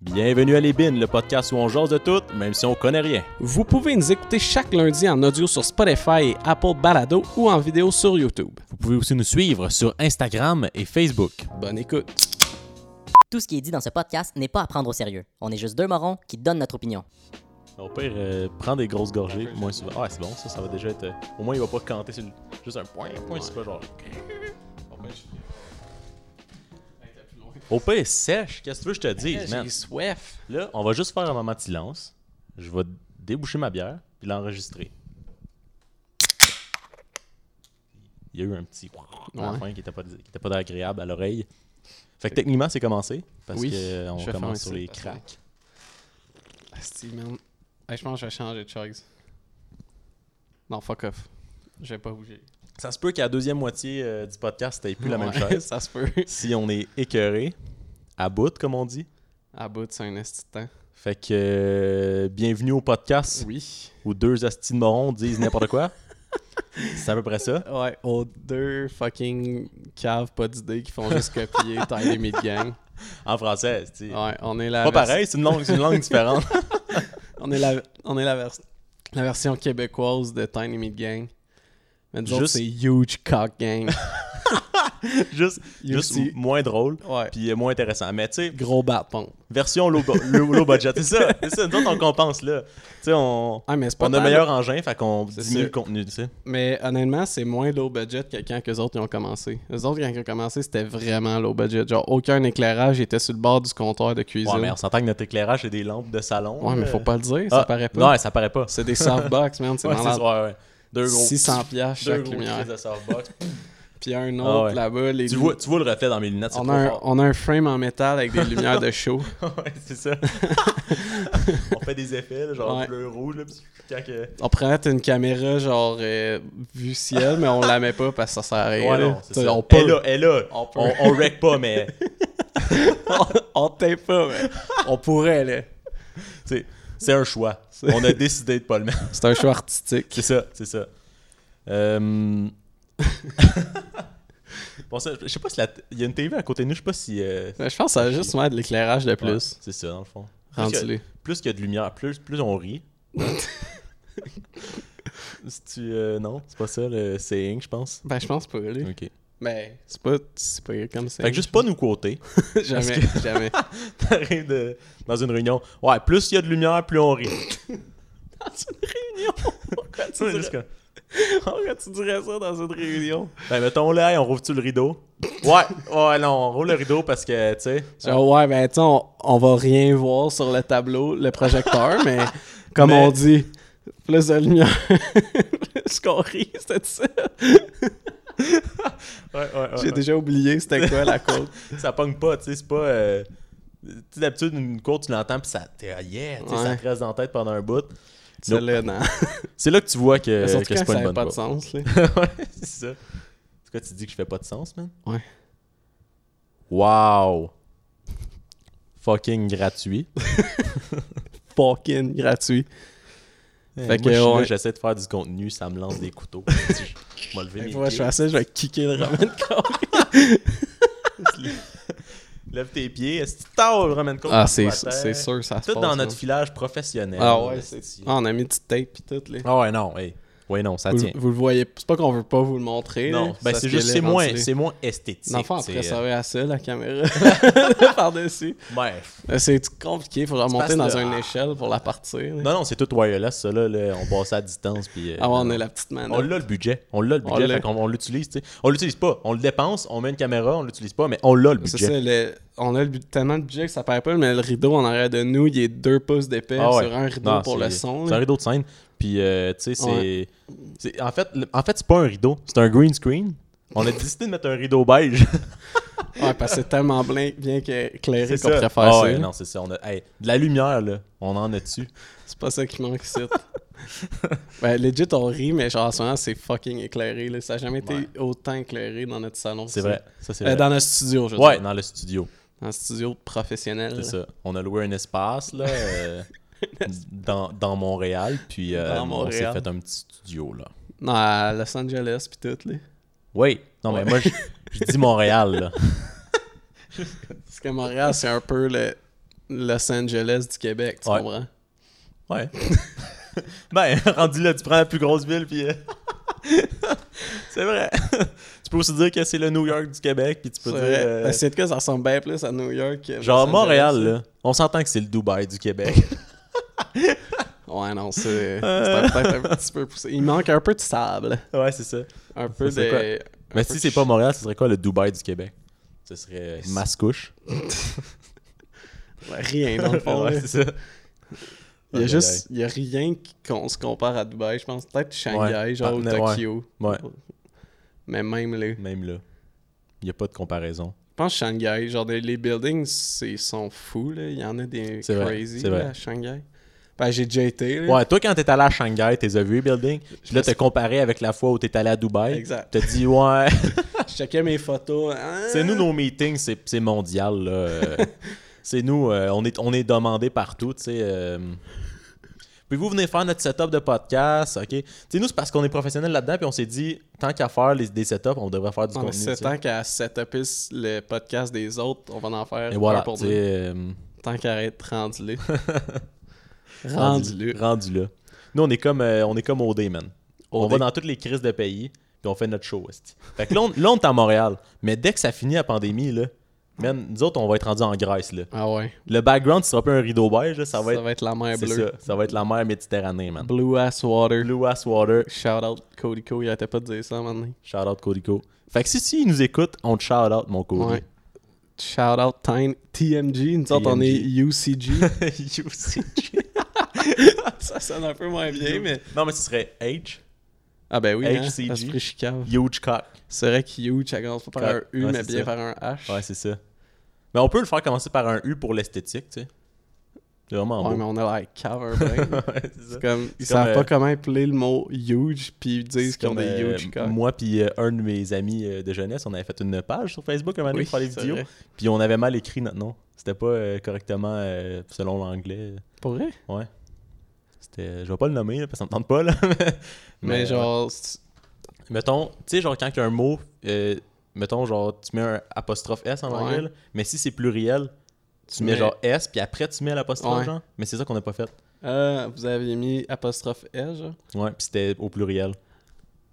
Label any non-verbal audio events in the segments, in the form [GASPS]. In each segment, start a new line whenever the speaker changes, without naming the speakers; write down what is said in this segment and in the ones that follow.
Bienvenue à Les Bines, le podcast où on jase de tout, même si on connaît rien.
Vous pouvez nous écouter chaque lundi en audio sur Spotify et Apple Balado ou en vidéo sur YouTube.
Vous pouvez aussi nous suivre sur Instagram et Facebook.
Bonne écoute.
Tout ce qui est dit dans ce podcast n'est pas à prendre au sérieux. On est juste deux morons qui donnent notre opinion.
Au pire, euh, prends des grosses gorgées, moins souvent. Ah, c'est bon, ça, ça va déjà être. euh, au moins, il va pas canter sur le- juste un point, point, c'est pas genre. Au pire, sèche, qu'est-ce que tu veux que je te dise, man?
J'ai soif.
Là, on va juste faire un moment de silence. Je vais déboucher ma bière puis l'enregistrer. Il y a eu un petit à la
Ouais.
fin qui n'était pas, qui était pas agréable à l'oreille. Fait que techniquement, c'est commencé parce
Oui,
que euh,
je
on
vais faire un
commence sur les
petit-
cracks.
Asti, man. Hey, je pense que je vais changer de chose. Non, fuck off. Je vais pas bouger.
Ça se peut qu'à la deuxième moitié euh, du podcast, c'était plus la même
Ouais,
chose.
[LAUGHS] Ça se peut.
Si on est écœuré, à bout, comme on dit.
À bout, c'est un esti de temps.
Fait que euh, bienvenue au podcast
Oui.
où deux astis de morons disent n'importe quoi. c'est à peu près ça.
Ouais, aux deux fucking caves pas d'idées qui font juste
[LAUGHS]
copier Tyler Mid Gang.
En français, tu sais.
Ouais, on est la
Pas pareil, c'est une langue, c'est une langue différente.
[LAUGHS] On est la, on est la, vers- la version québécoise de Tiny Meat Gang. Mais disons
Juste-
que c'est Huge Cock
[LAUGHS]
Gang.
juste
Il y a
juste
aussi-
m- moins drôle
Ouais.
puis euh, moins intéressant mais tu sais
Gros bat pompe.
version low, bu- low- low budget c'est ça c'est ça nous autres on compense là tu sais on
Ah, mais c'est pas
on a
tant,
meilleur
là.
engin fait qu'on
C'est
diminue
ça.
le contenu tu sais
Mais honnêtement, c'est moins low budget que quand qu'eux autres ils ont commencé. Eux autres, quand ils ont commencé, c'était vraiment low budget. Genre, aucun éclairage était sur le bord du comptoir de cuisine.
ouais mais on s'entend que notre éclairage c'est des lampes de salon
Ouais, mais
là.
faut pas le dire,
Ah,
ça paraît pas.
ouais ça paraît pas
C'est des softbox, man. C'est
Ouais,
malade.
ouais, ouais. deux gros
600
[LAUGHS]
piastres
deux
chaque
gros
lumière.
crises de [LAUGHS] softbox
Puis un autre
Ah ouais.
là-bas, les
tu
lu-
vois tu vois le reflet dans mes lunettes c'est
on,
trop
a un,
fort.
on a un frame en métal avec des lumières de show.
[LAUGHS] ouais c'est
[LAUGHS]
ça on fait des effets là, genre
Ouais.
bleu rouge là, puis quand que-
On prend une caméra genre euh, vue ciel, mais on la met pas parce que ça sert à rien.
Ouais,
là.
non, c'est
T'sais,
ça.
On,
Elle est là,
peut,
elle est là.
On peut.
On, on wreck pas, [LAUGHS] mais
[LAUGHS] on tape pas, mais on pourrait, là.
tu sais, c'est un choix. On a décidé de pas le mettre.
C'est un choix artistique.
C'est ça, c'est ça. Euh... [LAUGHS] bon, ça, je sais pas si la t- il y a une TV à côté de nous, je sais pas si. euh,
Mais je pense que ça va juste mettre de l'éclairage de
ouais,
plus.
c'est ça, dans le fond. Plus qu'il y a-
Rendu-les.
plus qu'il y a de lumière, plus, plus on [LAUGHS] rit. si tu. euh, non, c'est pas ça le saying, je pense.
Ben, je pense pas, là.
Ok.
Mais c'est pas, c'est pas comme ça.
Fait
[LAUGHS]
que juste pas nous [LAUGHS] quoter.
jamais, [LAUGHS] jamais.
T'arrives de- dans une réunion. Ouais, plus il y a de lumière, plus on rit.
Dans une réunion. Pourquoi tu,
C'est
dirais,
juste que-
pourquoi tu dirais ça dans une réunion?
Ben, mettons là, on rouvre-tu le rideau? Ouais, ouais, non, on roule le rideau parce que, tu sais.
Genre, ouais, ben, tu sais, on, on va rien voir sur le tableau, le projecteur, mais [LAUGHS] comme
Mais-
on dit, plus de lumière, [LAUGHS] plus qu'on rit, c'était ça.
Ouais, ouais, ouais,
J'ai
ouais.
déjà oublié c'était quoi la côte.
ça pogne pas, tu sais, c'est pas. euh, Tu sais, d'habitude, une courte, tu l'entends, puis ça, t'es, ah, yeah, tu sais, ça
Ouais.
te reste dans la tête pendant un bout.
C'est là, non.
C'est là que tu vois que,
Surtout
que c'est
quand ça
pas une
n'avait
bonne
Euh, pas de
courte.
sens, là.
[LAUGHS] ouais, c'est ça. C'est quoi, tu dis que je fais pas de sens, man?
Ouais.
Wow! Fucking gratuit.
Fucking gratuit.
Fait
que,
moi, je suis là,
ouais.
j'essaie de faire du contenu, ça me lance des
[LAUGHS]
couteaux. je vais lever
Fait
mes
que moi, je
pieds.
fais ça, je vais kicker le ramen de coke.
Lève tes pieds, est-ce que tu t'en ramènes compte?
Ah, c'est,
sur la
c'est
terre?
sûr, ça se
Tout
passe.
dans
man.
notre village professionnel.
hein. Ah ouais,
esti.
c'est Ah, on a mis du tape pis tout, là.
Ah ouais, non, hey. Ouais, non, ça
vous,
tient.
vous le voyez. C'est pas qu'on veut pas vous le montrer.
Non,
là.
ben
Ça
c'est
se
juste,
fait
c'est
les
moins,
ventiler.
c'est moins esthétique.
Dans le fond,
c'est,
après, ça
euh,
va à ça,
[LAUGHS]
la caméra. Par-dessus.
ouais.
Euh, C'est compliqué, faut genre
parce
monter dans
que-
une échelle pour la partir. là.
Non, non, c'est tout wireless, ça, là, là, on passe à distance, puis... euh,
Ah ouais, on a la petite manette.
on l'a le budget, on l'a le budget,
l'a.
fait qu'on- on l'utilise, tu sais. On l'utilise pas, on le dépense, on met une caméra, on l'utilise pas, mais on l'a le
C'est
budget.
ça, le- on a le but- tellement de budget que ça paraît pas, mais le rideau en arrière de nous, il est deux pouces d'épais
Ah ouais.
sur un rideau
Non,
pour
c'est-
le son.
C'est un
là.
rideau de scène, puis euh, tu sais, c'est... c'est- En fait, le- en fait c'est pas un rideau, c'est un green screen. On a décidé de mettre un rideau
[LAUGHS]
beige.
Ouais, parce que c'est tellement blin- bien que- éclairé qu'on
ça.
préfère
Ah
ça.
ouais,
là.
non, c'est ça. On a, hey, de la lumière, là, on en a dessus.
C'est pas ça qui
[LAUGHS]
manque ici. ben, legit, on rit, mais genre, en ce moment, c'est fucking éclairé. là. Ça n'a jamais été
Ouais.
autant éclairé dans notre salon.
C'est
ça.
vrai. Ça, c'est
Euh,
vrai.
dans notre studio, je veux
Ouais,
dire.
dans le studio.
Dans le studio professionnel.
C'est ça. On a loué un espace là,
[LAUGHS]
euh, dans, dans Montréal, puis euh,
Dans
on
Montréal.
s'est fait un petit studio là.
Non, à Los Angeles, pis tout, là.
Oui, non mais moi je, je dis Montréal là.
Parce que Montréal, c'est un peu le Los Angeles du Québec, tu
Ouais.
comprends?
Ouais. [LAUGHS] ben, rendu là, tu prends la plus grosse ville, puis. euh, [LAUGHS] c'est vrai. tu peux aussi dire que c'est le New York du Québec, puis tu
C'est
peux dire.
vrai.
euh,
Ben, c'est de quoi ça ressemble bien plus à New York. que
genre
Los Angeles,
Montréal, là. On s'entend que c'est le Dubaï du
[LAUGHS]
Québec.
Ouais, non, c'est c'est peut-être un petit peu poussé. Il manque un peu de sable.
ouais, c'est ça.
Un peu
c'est quoi?
de. un
Mais
peu
si
de
c'est pas Montréal, ce serait quoi le Dubaï du Québec Ce serait euh, Mascouche.
ch- Rien, dans le fond.
[LAUGHS]
là.
ouais, c'est ça.
Il y a
Aïe,
juste. Il y a rien qu'on se compare à Dubaï. Je pense peut-être Shanghai,
Ouais.
genre ou
Partenaire,
Tokyo.
Ouais,
Mais même les.
même là. Il n'y a pas de comparaison.
Je pense Shanghai, genre des- les buildings, c'est sont fous là. Il y en a des
C'est vrai,
crazy
c'est vrai.
là, à Shanghai. Ben j'ai déjà été là.
Ouais, toi, quand t'es allé à Shanghai, t'es vu les buildings. Puis là,
pense-
t'as comparé avec la fois où t'es allé à Dubaï.
Exact.
T'as dit, ouais,
[LAUGHS] Je checkais mes photos. hein.
c'est nous, nos meetings, c'est c'est mondial. là. Euh,
[LAUGHS]
c'est nous, euh, on, est, on est demandé partout, tu sais. euh, Pouvez-vous venir faire notre setup de podcast? OK. Tu sais, nous, c'est parce qu'on est professionnels là-dedans, puis on s'est dit, tant qu'à faire les- des setups, on devrait faire du
On a
contenu. tu
7
sais.
ans qu'à setuper le podcast des autres, on va en faire
Et
un
voilà,
pour
tu sais,
nous.
euh,
Tant qu'à être rendu là.
[LAUGHS] rendu,
rendu là.
rendu là. Nous, on est comme, euh, on est comme OD, man. on
OD.
va dans toutes les crises de pays, puis on fait notre show. esti. Fait que là, on, là, on est à Montréal. Mais dès que ça finit la pandémie, là, man, nous autres, on va être rendus en Grèce. Là.
Ah ouais.
Le background, ce sera pas un rideau beige, là, ça va être.
la mer
c'est
bleue.
ça, ça va être la mer Méditerranée, man.
Blue ass water.
Blue ass water.
Shout out Cody Co, il arrêtait pas de dire ça à un moment donné.
Shout out Codico. Fait que si, si ils nous écoutent, on te shout out, mon Cody.
Ouais. Shout out Tiny- TMG, nous autres on est
[LAUGHS]
UCG.
You see.
ça sonne un peu moins [LAUGHS] bien, mais.
Non, mais ce serait H.
Ah ben oui, hein,
HCG.
parce que je suis cave.
Huge cock.
C'est vrai que huge, ça commence pas par un U,
Ouais,
mais
c'est
bien
ça.
par un H.
Ouais, c'est ça. Mais on peut le faire commencer par un U pour l'esthétique, tu sais. C'est vraiment
Ouais, mais
beau.
on a l'air cave
[LAUGHS]
un peu.
Ouais, c'est ça.
C'est comme,
comme,
ils savent
euh,
pas comment appeler le mot huge, puis ils disent qu'ils ont
Comme,
des
euh,
huge cocks.
Moi puis euh, un de mes amis euh, de jeunesse, on avait fait une page sur Facebook un moment donné
Oui,
pour faire les
c'est
vidéos.
vrai.
Puis on avait mal écrit notre nom. C'était pas euh, correctement euh, selon l'anglais.
Pour vrai?
Ouais. C'était. euh, Je vais pas le nommer là, parce que ça me tente pas là. [LAUGHS] mais, euh,
Mais, genre, c'est-
Mettons, tu sais, genre quand il y a un mot, euh, mettons genre tu mets un apostrophe S en
Ouais.
anglais, là, mais si c'est pluriel, tu mets
Mais-
genre S puis après tu mets l'apostrophe
Ouais.
genre. Mais c'est ça qu'on n'a pas fait.
euh, vous aviez mis apostrophe S, genre?
Ouais, puis c'était au pluriel.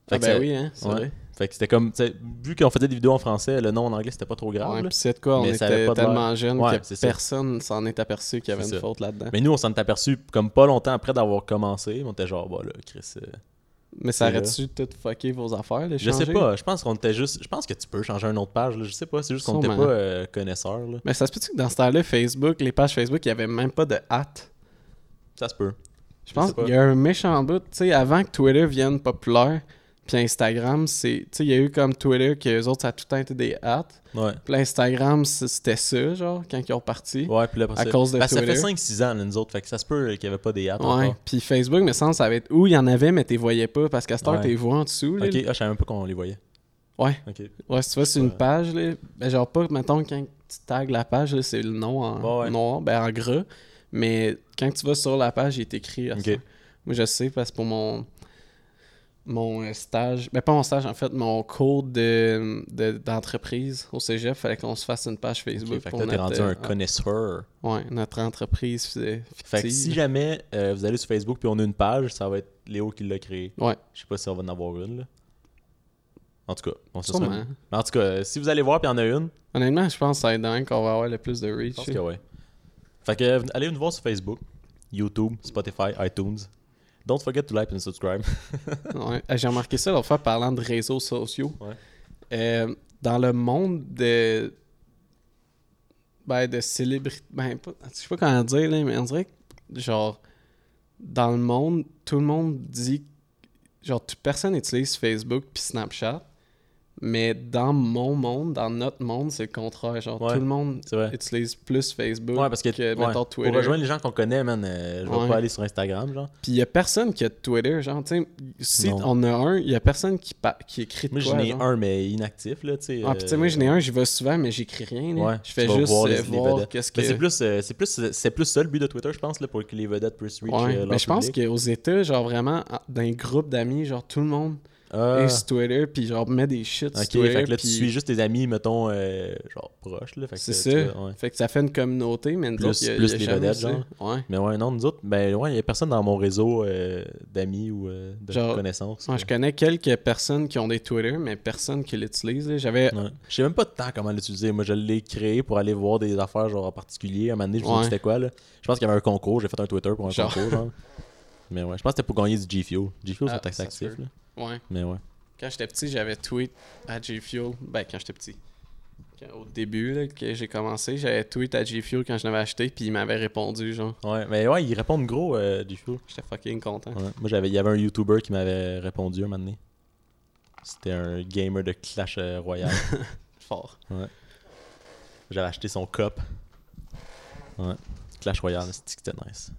Fait
Ah
que
ben
ça-
oui, hein, c'est
ouais.
vrai.
Fait que c'était comme, tu sais, vu qu'on faisait des vidéos en français, le nom en anglais c'était pas trop grave.
Ouais,
Ah, là.
puis c'est de quoi, on
Mais ça avait
était
pas de
tellement
l'air.
jeune
Ouais, c'est
que
ça.
personne s'en est aperçu qu'il y avait
C'est ça.
une faute là-dedans. Mais,
Mais nous, on s'en est aperçu comme pas longtemps après d'avoir commencé. On était genre, bah là, Chris. euh,
ça
c'est
aurait-tu tout fucké vos affaires, les
Je sais
changer?
pas, je pense qu'on était juste. Je pense que tu peux changer une autre page, là, je sais pas. C'est juste qu'on était pas
Sûrement.
euh, connaisseurs, là.
Mais ça se peut-tu que dans ce temps-là, Facebook, les pages Facebook, il y avait même pas de hâte?
Ça se peut.
Je
sais
pense
pas.
qu'il y a un méchant bout, tu sais, avant que Twitter vienne populaire, puis Instagram, c'est, tu sais, il y a eu comme Twitter que les autres ça a tout le temps été des hâtes.
Ouais.
Puis Instagram, c- c'était ça genre quand ils ont parti. Ouais.
Ouais, puis là, après
À
ça-
cause de
parce que ça fait
Twitter.
5-6 ans, là, nous autres. Fait que ça se peut euh, qu'il y avait pas des hâtes encore.
Puis Facebook, me semble, ça va être où il y en avait mais t'es voyais pas parce qu'à cette heure
Ouais.
t'es vois en dessous. là.
Ok, ah, je savais même pas qu'on les voyait.
Ouais.
Ok.
Ouais, si tu vas sur
Ouais.
une page là, ben genre pas mettons quand tu tags la page, là, c'est le nom en
Ouais, ouais.
noir, ben en gras, mais quand tu vas sur la page, il est écrit à
Ok.
ça. Moi, je sais parce que pour mon mon euh, stage, ben pas mon stage en fait, mon cours de de- d'entreprise au Cégep, fallait qu'on se fasse une page Facebook
Ok, fait que
pour
là, t'es
notre,
rendu
euh,
un connaisseur.
ouais, notre entreprise fi- fictive.
Fait que si jamais euh, vous allez sur Facebook puis on a une page, ça va être Léo qui l'a créée.
Ouais,
Je sais pas si on va en avoir une, là. En tout cas, on se
sûrement.
Mais en tout cas, euh, si vous allez voir puis il y en a une,
Honnêtement, je pense que ça va être dans un qu'on va avoir le plus de reach.
Je pense que ouais. Fait que euh, allez nous voir sur Facebook, YouTube, Spotify, iTunes. Don't forget to like and subscribe. [LAUGHS]
Ouais. Ah, J'ai remarqué ça l'autre fois parlant de réseaux sociaux.
Ouais.
Euh, dans le monde de. Ben, de célébrités. Ben, pas- je sais pas comment dire, là, mais on dirait que, genre, dans le monde, tout le monde dit. Genre, toute personne utilise Facebook puis Snapchat. Mais dans mon monde, dans notre monde, c'est le contraire. Genre,
Ouais,
tout le monde
C'est vrai.
utilise plus Facebook
Ouais, parce que, ouais,
que, mettons,
pour
Twitter.
rejoindre les gens qu'on connaît, man, euh, je vais
Ouais.
pas aller sur Instagram, genre.
Puis il y a personne qui a de Twitter, genre, tu sais, si
Non.
on a un, il y a personne qui, pa- qui écrit de
Moi,
quoi,
j'en ai
genre.
un, mais inactif, là, tu sais.
Ah, puis tu sais, moi,
euh,
j'en ai un, j'y vais souvent, mais j'écris rien, là.
Ouais,
je fais
tu vas
juste euh,
voir
voir,
les- les vedettes.
qu'est-ce que...
Mais c'est plus, euh, c'est plus, c'est plus ça le but de Twitter, je pense, là, pour que les vedettes puissent reach
Ouais,
euh, leur
mais je pense
public.
ah, qu'aux États, genre, vraiment, en- d'un groupe d'amis, genre, tout le monde
Ah,
et sur Twitter, puis genre met des shit
ok,
sur Twitter.
fait que là, tu
puis
suis juste tes amis, mettons, euh, genre proches. Là, fait que,
C'est
tu
ça.
vois, ouais.
Fait que ça fait une communauté, mais nous
Plus-
autres, il y a-
plus
il y a
les
jamais
vedettes,
ça. Ouais.
Mais ouais, non, nous autres, ben ouais, il n'y a personne dans mon réseau euh, d'amis ou euh, de
Genre,
connaissances.
Ouais,
que-
Ah, je connais quelques personnes qui ont des Twitter, mais personne qui l'utilise. là. J'avais
Ouais. Je sais même pas de temps comment l'utiliser. Moi, je l'ai créé pour aller voir des affaires genre en particulier. Un moment donné, je me
Ouais.
c'était quoi là. Je pense qu'il y avait un concours. J'ai fait un Twitter pour un
Genre.
concours. genre. Mais ouais, je pense que c'était pour gagner du G Fuel. G Fuel
Ah,
sont assez
ça se
actifs
peut.
là.
ouais,
Mais ouais.
quand j'étais petit, j'avais tweet à G Fuel. Ben, quand j'étais petit. Quand- au début, là, que j'ai commencé, j'avais tweet à G Fuel quand je l'avais acheté, puis il m'avait répondu, genre.
Ouais, mais ouais, ils répondent gros euh, G Fuel.
J'étais fucking content.
Ouais. Moi, j'avais, il y avait un YouTuber qui m'avait répondu un moment donné. C'était un gamer de Clash euh,
[LAUGHS]
Royale.
Fort.
j'avais acheté son cup. Ouais. Clash Royale, c'est- c'était nice.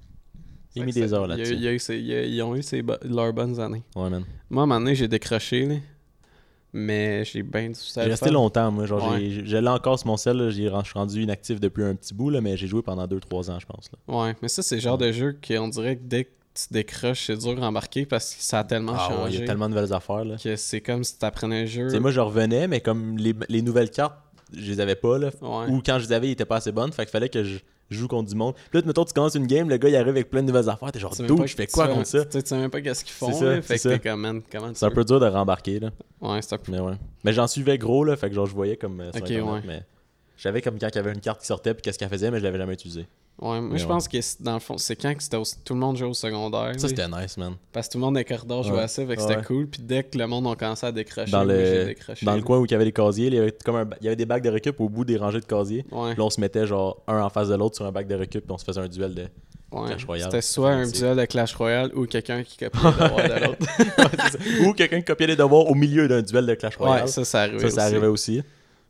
J'ai mis
Fait que
des
ça-
heures
il y a-
là-dessus.
il y a eu ces- il y a- Ils ont eu ces bo- leurs bonnes années.
Ouais, man.
Moi, à un moment donné, j'ai décroché, là. Mais j'ai bien du
J'ai resté longtemps, moi. Genre,
Ouais.
j'ai- j'ai- je l'ai encore sur mon sel. là, j'ai- Je suis rendu inactif depuis un petit bout, là, mais j'ai joué pendant 2-3 ans, je pense. là.
Ouais, mais ça, c'est le genre de jeu qu'on dirait que dès que tu décroches, c'est dur d'embarquer parce que ça a tellement
Ah ouais,
changé.
il y a tellement de nouvelles affaires. Là.
que c'est comme si t'apprenais un jeu.
Tu sais, moi, je revenais, mais comme les, les nouvelles cartes, je les avais pas. Là,
Ouais.
Ou quand je les avais, ils étaient pas assez bonnes. Fait qu'il fallait que je joue contre du monde. Puis là, mettons, tu commences une game, le gars, il arrive avec plein de nouvelles affaires. T'es genre,
Tu sais même
d'où
pas-
je fais quoi
tu sais-
contre ça?
Tu sais, tu sais même pas qu'est-ce qu'ils font.
C'est ça,
là, fait
c'est
que
ça.
t'es comme, man, comment tu
C'est un peu dur de rembarquer. Là.
veux? Ouais, c'est un peu.
Mais ouais. Mais j'en suivais gros, là. Fait que genre, je voyais comme. euh, sur
Ok,
Internet,
ouais.
Mais j'avais comme quand il y avait une carte qui sortait, puis qu'est-ce qu'elle faisait, mais je l'avais jamais utilisée.
Ouais, moi,
Mais
je pense que c'est- dans le fond, c'est quand que c'était au- tout le monde jouait au secondaire.
Ça,
là,
c'était nice, man.
Parce que tout le monde dans les corridors jouait
Ouais.
à ça, fait que c'était
Ouais.
cool. Puis dès que le monde a commencé à décrocher,
dans
moi, j'ai
le,
décroché.
dans le
là.
coin où il y avait des casiers, il y avait, comme un ba- il y avait des bacs de récup au bout des rangées de casiers.
Ouais,
Là, on se mettait genre un en face de l'autre sur un bac de récup puis on se faisait un duel
[LAUGHS]
de.
ouais.
Clash Royale.
C'était soit un
C'est-
duel de Clash Royale ou quelqu'un qui copiait le devoir de
[LAUGHS]
l'autre.
Ou quelqu'un qui copiait les devoirs au milieu d'un duel de Clash Royale.
Ouais,
ça,
ça, ça arrivait.
ça,
[LAUGHS]
arrivait aussi.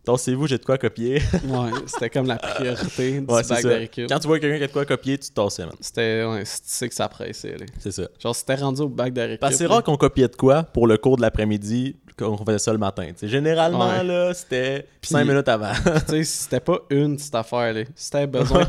Donc, c'est vous, j'ai de quoi copier.
Ouais, c'était comme la priorité du
ouais, c'est
bac de
ça.
récup.
Quand tu vois quelqu'un qui a de quoi copier, tu te tassais, man.
C'était, ouais, c'est- tu sais que ça pressait, là.
C'est ça.
Genre, c'était rendu au bac de récup.
Parce que c'est
là.
rare qu'on copiait de quoi pour le cours de l'après-midi, qu'on faisait ça le matin. tu sais. Généralement,
Ouais.
là, c'était
Puis-
5 minutes
[LAUGHS]
avant. [LAUGHS]
Tu sais, c'était pas une petite affaire, là. Si t'avais besoin de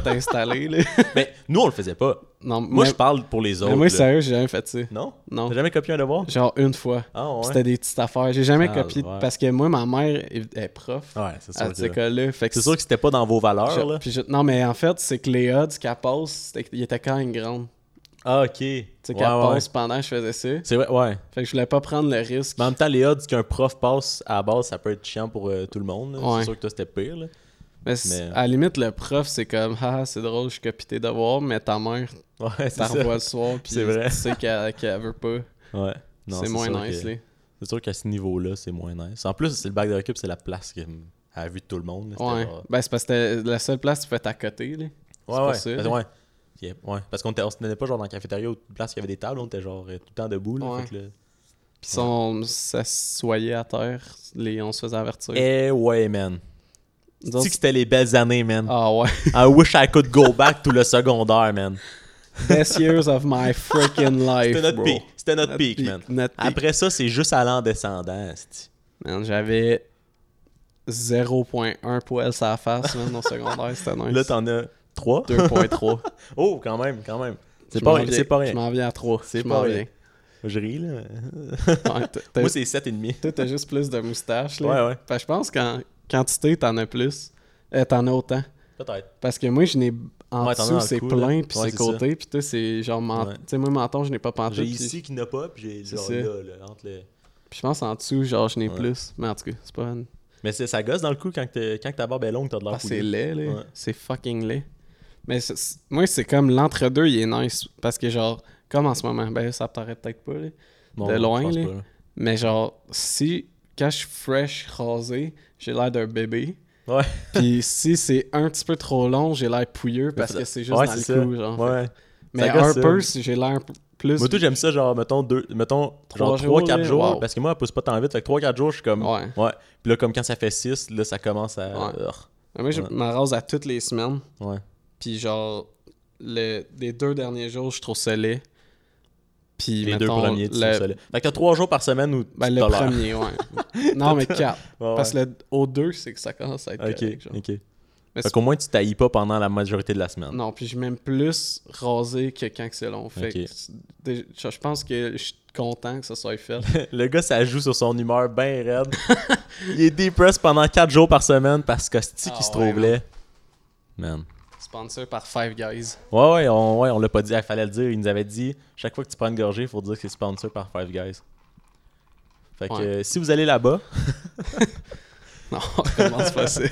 [LAUGHS]
t'installer, là.
Mais nous, on le faisait pas.
Non,
Moi,
mais-
je parle pour les
mais
autres.
moi,
là.
sérieux, j'ai jamais fait ça.
Non?
Non.
T'as jamais copié un devoir?
Genre une fois.
Ah, ouais.
C'était des petites affaires. J'ai jamais
Ah,
copié. de-
ouais.
Parce que moi, ma mère est, est prof
Ouais, c'est sûr.
à cette
que-
école-là. Fait que
C'est sûr que c'était pas dans vos valeurs,
je-
là.
puis je- Non, mais en fait, c'est que les odds qu'elle passe, c'était qu'il était quand même grande.
Ah, ok.
Tu sais,
Ouais,
qu'elle
ouais,
passe
ouais.
pendant que je faisais ça.
C'est vrai, ouais.
Fait que je voulais pas prendre le risque.
Mais en même temps, les odds qu'un prof passe à la base, ça peut être chiant pour euh, tout le monde. là.
Ouais.
C'est sûr que toi, c'était pire,
[LAUGHS]
là.
Mais, c'est-
mais- euh.
à la limite, le prof, c'est comme, ah, c'est drôle, je copie tes devoirs, mais ta mère,
Ouais, c'est
t'en
ça.
revois le soir, puis
C'est vrai.
tu sais qu'elle qu'elle veut pas.
Ouais. Non,
c'est moins
sûr
nice,
que-
là.
C'est sûr qu'à ce niveau-là, c'est moins nice. En plus, c'est le bac de récup, c'est la place que- à la vue de tout le monde. là. C'était
Ouais.
genre-
Ben, c'est parce que c'était la seule place que tu pouvais t'accoter, là. c'est pas
Ouais, ouais.
ça,
Parce-
là.
ouais. Yeah, ouais. Parce qu'on était- on se tenait pas genre dans la cafétéria ou une place où il y avait des tables, on était genre euh, tout le temps debout. Là,
Ouais.
fait que là-
Puis si on s'assoyait à terre, les, on se faisait avertir.
Eh ouais, man.
Nous
Tu
autres,
sais que c'était les belles années, man.
Ah ouais.
I wish I could go back to le secondaire, man.
[LAUGHS] Best years of my freaking life.
C'était notre
bro.
peak. C'était notre,
Notre
peak,
peak,
man.
notre peak.
Après ça, c'est juste aller en descendant. esti.
Man, j'avais 0.1 poil sur la face, man, au secondaire, c'était nice.
Là, t'en as 3.
2.3.
[LAUGHS] Oh, quand même, quand même. C'est
Je
pas,
m'en
rien-
viens-
c'est pas
Je
rien.
m'en viens à 3.
C'est
je m'en
pas [LAUGHS]
viens.
Je ris, là.
Ouais, t'as- t'as-
Moi, c'est 7,5.
Toi, t'as juste plus de moustache, là.
Ouais, ouais.
Fait que je pense qu'en quantité, t'en as plus. Euh, t'en as autant.
Peut-être.
Parce que moi, je n'ai en
Ouais, t'en as dans
dessous,
le
c'est
cou,
plein,
là.
puis
Ouais, c'est
c'est côté, puis toi, c'est genre. ment-
Ouais.
Tu sais, moi, menton, je n'ai pas pantoute.
J'ai
Puis
ici qui n'a pas, puis j'ai
C'est
genre
ça.
là, là, entre le...
puis je pense en dessous, genre, je n'ai
Ouais.
plus. Mais en tout cas, c'est pas. une-
Mais c'est- ça gosse dans le coup quand, t'es- quand ta barbe est longue, t'as de l'air
Ah,
pouilleux.
c'est laid, là.
Ouais.
C'est fucking laid. Mais c'est- c'est- moi, c'est comme l'entre-deux, il est nice. Parce que, genre, comme en ce moment, ben là, ça t'arrête peut-être pas, là.
Non,
de
je
loin,
pense
là.
pas,
Mais genre, si, quand je suis fresh, rasé, j'ai l'air d'un bébé.
Ouais.
[LAUGHS] Puis si c'est un petit peu trop long, j'ai l'air pouilleux parce que c'est juste
Ouais,
dans le
c'est ça.
cou, genre.
Ouais.
Mais
Ça gosse,
un
ça.
peu, si j'ai l'air plus...
Moi, tout, j'aime ça, genre, mettons, deux, mettons genre 3
Trois jours,
4
là,
jours.
wow.
Parce que moi, elle pousse pas tant vite. Fait que 3-4 jours, je suis comme.
Ouais.
Puis là, comme quand ça fait 6, là, ça commence à.
Ouais.
Urgh.
Moi, je
Ouais.
me rase à toutes les semaines.
Ouais.
Puis genre, le- les deux derniers jours, je trouve ça laid. Puis,
Les deux
mettons,
premiers, tu
le-
trouves ça laid. Fait que t'as 3 jours par semaine où
Ben,
tu
le
tolères. [LAUGHS]
premier, ouais. non, mais quatre.
Ouais,
Parce que
ouais.
le- au deux, c'est que ça commence à être correct,
Ok,
genre.
ok.
Mais
Fait qu'au moins, tu taillis pas pendant la majorité de la
[LAUGHS]
semaine.
Non, puis je m'aime plus rasé que quand que c'est long. Fait
Ok.
que c'est- dé- je je pense que je suis content que ça soit fait.
Le gars, ça joue sur son humeur bien raide. [LAUGHS] il est depressed pendant 4 jours par semaine parce que c'est
Ah
qui se
ouais,
trouve laid. Man.
Sponsor par Five Guys. [LAUGHS]
Ouais, ouais, on, ouais, on l'a pas dit, il fallait le dire. Il nous avait dit chaque fois que tu prends une gorgée, il faut dire que c'est sponsor par Five Guys. Fait que
Ouais.
euh, si vous allez là-bas,
Non, comment
[LAUGHS]
se passer?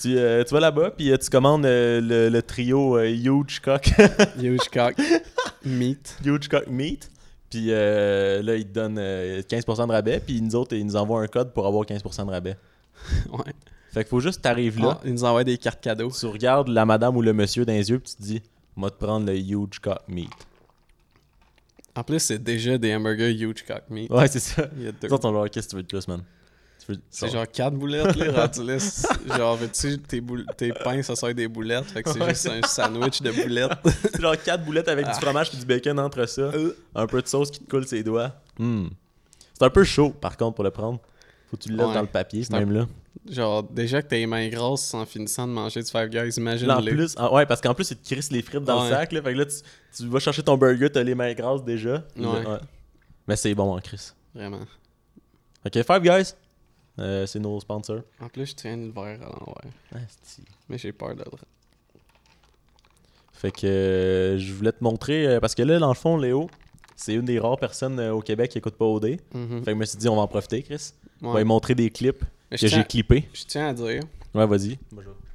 tu, euh, tu vas là-bas, puis euh, tu commandes euh, le, le trio euh, Huge Cock,
Huge cock. Meat.
Huge Cock Meat. Puis euh, là, ils te donnent euh, 15% de rabais, puis nous autres, ils nous envoient un code pour avoir 15% de rabais.
Ouais.
Fait qu'il faut juste t'arrives là,
Ah, ils nous envoient des cartes cadeaux.
tu regardes la madame ou le monsieur dans les yeux, puis tu te dis, moi, te prendre le Huge Cock Meat.
En plus, c'est déjà des hamburgers Huge cock meat.
Ouais, c'est ça.
Il y a deux.
Les autres, on leur dit, qu'est-ce que tu veux de plus, man? Tu veux-
C'est genre quatre boulettes, là, rendu là. C'est- [LAUGHS] Genre, veux-tu tes, boule- tes pains, ça soit des boulettes. Fait que c'est
Ouais.
juste un sandwich de [LAUGHS] boulettes.
C'est [LAUGHS] genre Ah. quatre boulettes avec du fromage et du bacon entre ça.
Euh.
Un peu de sauce qui te coule ses doigts. Hmm. C'est un peu chaud, par contre, pour le prendre. Faut que tu le laisses
Ouais.
dans le papier,
un-
même là.
Genre, déjà que t'as les mains grosses en finissant de manger du Five Guys,
Là, en
imagine-les.
plus, ah, ouais, parce qu'en plus, ils te crissent les frites dans
Ouais.
le sac. Là, fait que là, tu, tu vas chercher ton burger, t'as les mains grasses déjà.
Ouais.
Mais c'est bon en Chris.
Vraiment.
Ok, Five Guys, euh, c'est nos sponsors.
En plus, je tiens le verre à l'envers.
Asti.
Mais j'ai peur de le.
Fait que euh, je voulais te montrer, euh, parce que là, dans le fond, Léo, c'est une des rares personnes euh, au Québec qui écoute pas OD.
Mhm.
Fait que je me suis dit, on va en profiter, Chris. On va
Ouais.
lui montrer des clips
Mais
que
je,
j'ai
tiens,
clippés.
je tiens à dire,
Ouais, vas-y.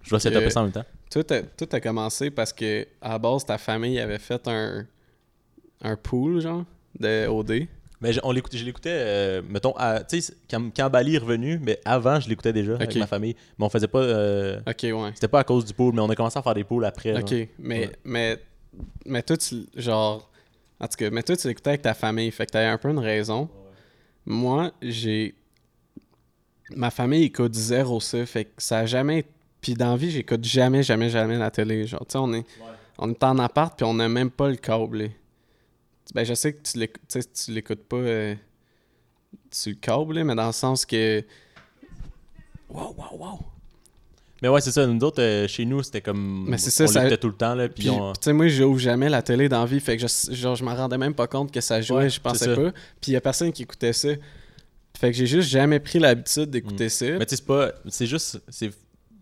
Je vais essayer de
Euh,
taper ça en même temps.
tout a, tout a commencé parce que à la base, ta famille avait fait un, un pool, genre, de OD.
Mais je, on l'écoute- je l'écoutais, euh, mettons, à- tu sais, quand, quand Bali est revenu, mais avant, je l'écoutais déjà avec
Ok.
ma famille. Mais on faisait pas. euh,
Ok, ouais.
C'était pas à cause du pool, mais on a commencé à faire des pools après.
Ok,
genre.
mais,
Ouais.
mais, mais toi, tu, l- genre, en tout cas, mais toi, tu l'écoutais avec ta famille, fait que t'avais un peu une raison. Moi, j'ai, ma famille écoute zéro ça, fait que ça a jamais, puis dans la vie, j'écoute jamais, jamais, jamais la télé, genre, tu sais, on est, on est en appart, puis on n'a même pas le câble, là. Ben, je sais que tu l'écoutes, tu sais, tu l'écoutes pas euh, sur le câble, là, mais dans le sens que, wow, wow, wow,
Mais ouais, c'est ça. Nous autres, euh, chez nous, c'était comme.
Mais c'est ça,
on
ça-
l'écoutait tout le temps, là. Puis,
Puis,
on-
puis tu sais, moi, j'ouvre jamais la télé dans la vie. Fait que je, genre, je m'en rendais même pas compte que ça jouait.
Ouais,
je pensais
c'est ça.
pas. Puis, il y a personne qui écoutait ça. Fait que j'ai juste jamais pris l'habitude d'écouter ça.
Hmm. Mais tu sais, c'est pas. C'est juste. c'est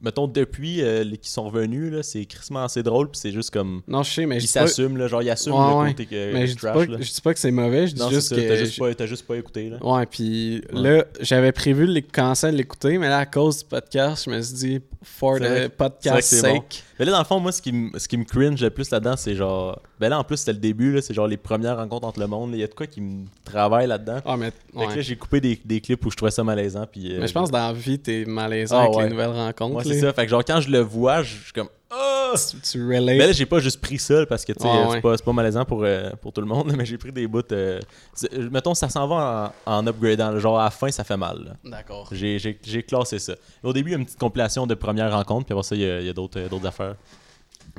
Mettons, depuis euh, les- qu'ils sont revenus, là, c'est crissement assez drôle, puis c'est juste comme.
Non, je sais, mais je
Ils
dis pas,
s'assument, là. Genre, ils assument
Ouais, ouais.
le côté que.
mais je dis
trash,
pas,
là.
que- je dis pas que c'est mauvais. Je dis
Non, c'est
juste
ça.
que.
T'as juste,
je-
pas- t'as juste pas écouté, là.
Ouais, puis
Ouais.
là, j'avais prévu de les- commencer à l'écouter, mais là, à cause du podcast, je me suis dit, for
C'est vrai que-
the
c'est vrai
podcast
que c'est bon.
sake.
Mais là, dans le fond, moi, ce qui, me- ce qui me cringe le plus là-dedans, c'est genre. Ben là, en plus, c'était le début, là, c'est genre les premières rencontres entre le monde. là. Il y a de quoi qui me travaille là-dedans.
Ah, mais.
Fait que
ouais.
là, j'ai coupé des, des clips où je trouvais ça malaisant. Puis, euh,
Mais je pense que dans la vie, t'es malaisant
Ah,
avec les
ouais.
nouvelles rencontres.
Moi,
là.
c'est ça. Fait que genre, quand je le vois, je je suis comme. Ah!
Tu, tu relates.
Ben là, j'ai pas juste pris ça parce que tu sais,
Ah,
euh,
Ouais, ouais.
c'est pas, c'est pas malaisant pour, euh, pour tout le monde, [LAUGHS] mais j'ai pris des bouts. euh, c'est- euh, mettons, ça s'en va en, en upgradant. là. Genre, à la fin, ça fait mal. là.
D'accord.
J'ai- J'ai j'ai classé ça. Au début, il y a une petite compilation de première rencontre, puis après ça, il y a, il y a d'autres euh, d'autres affaires.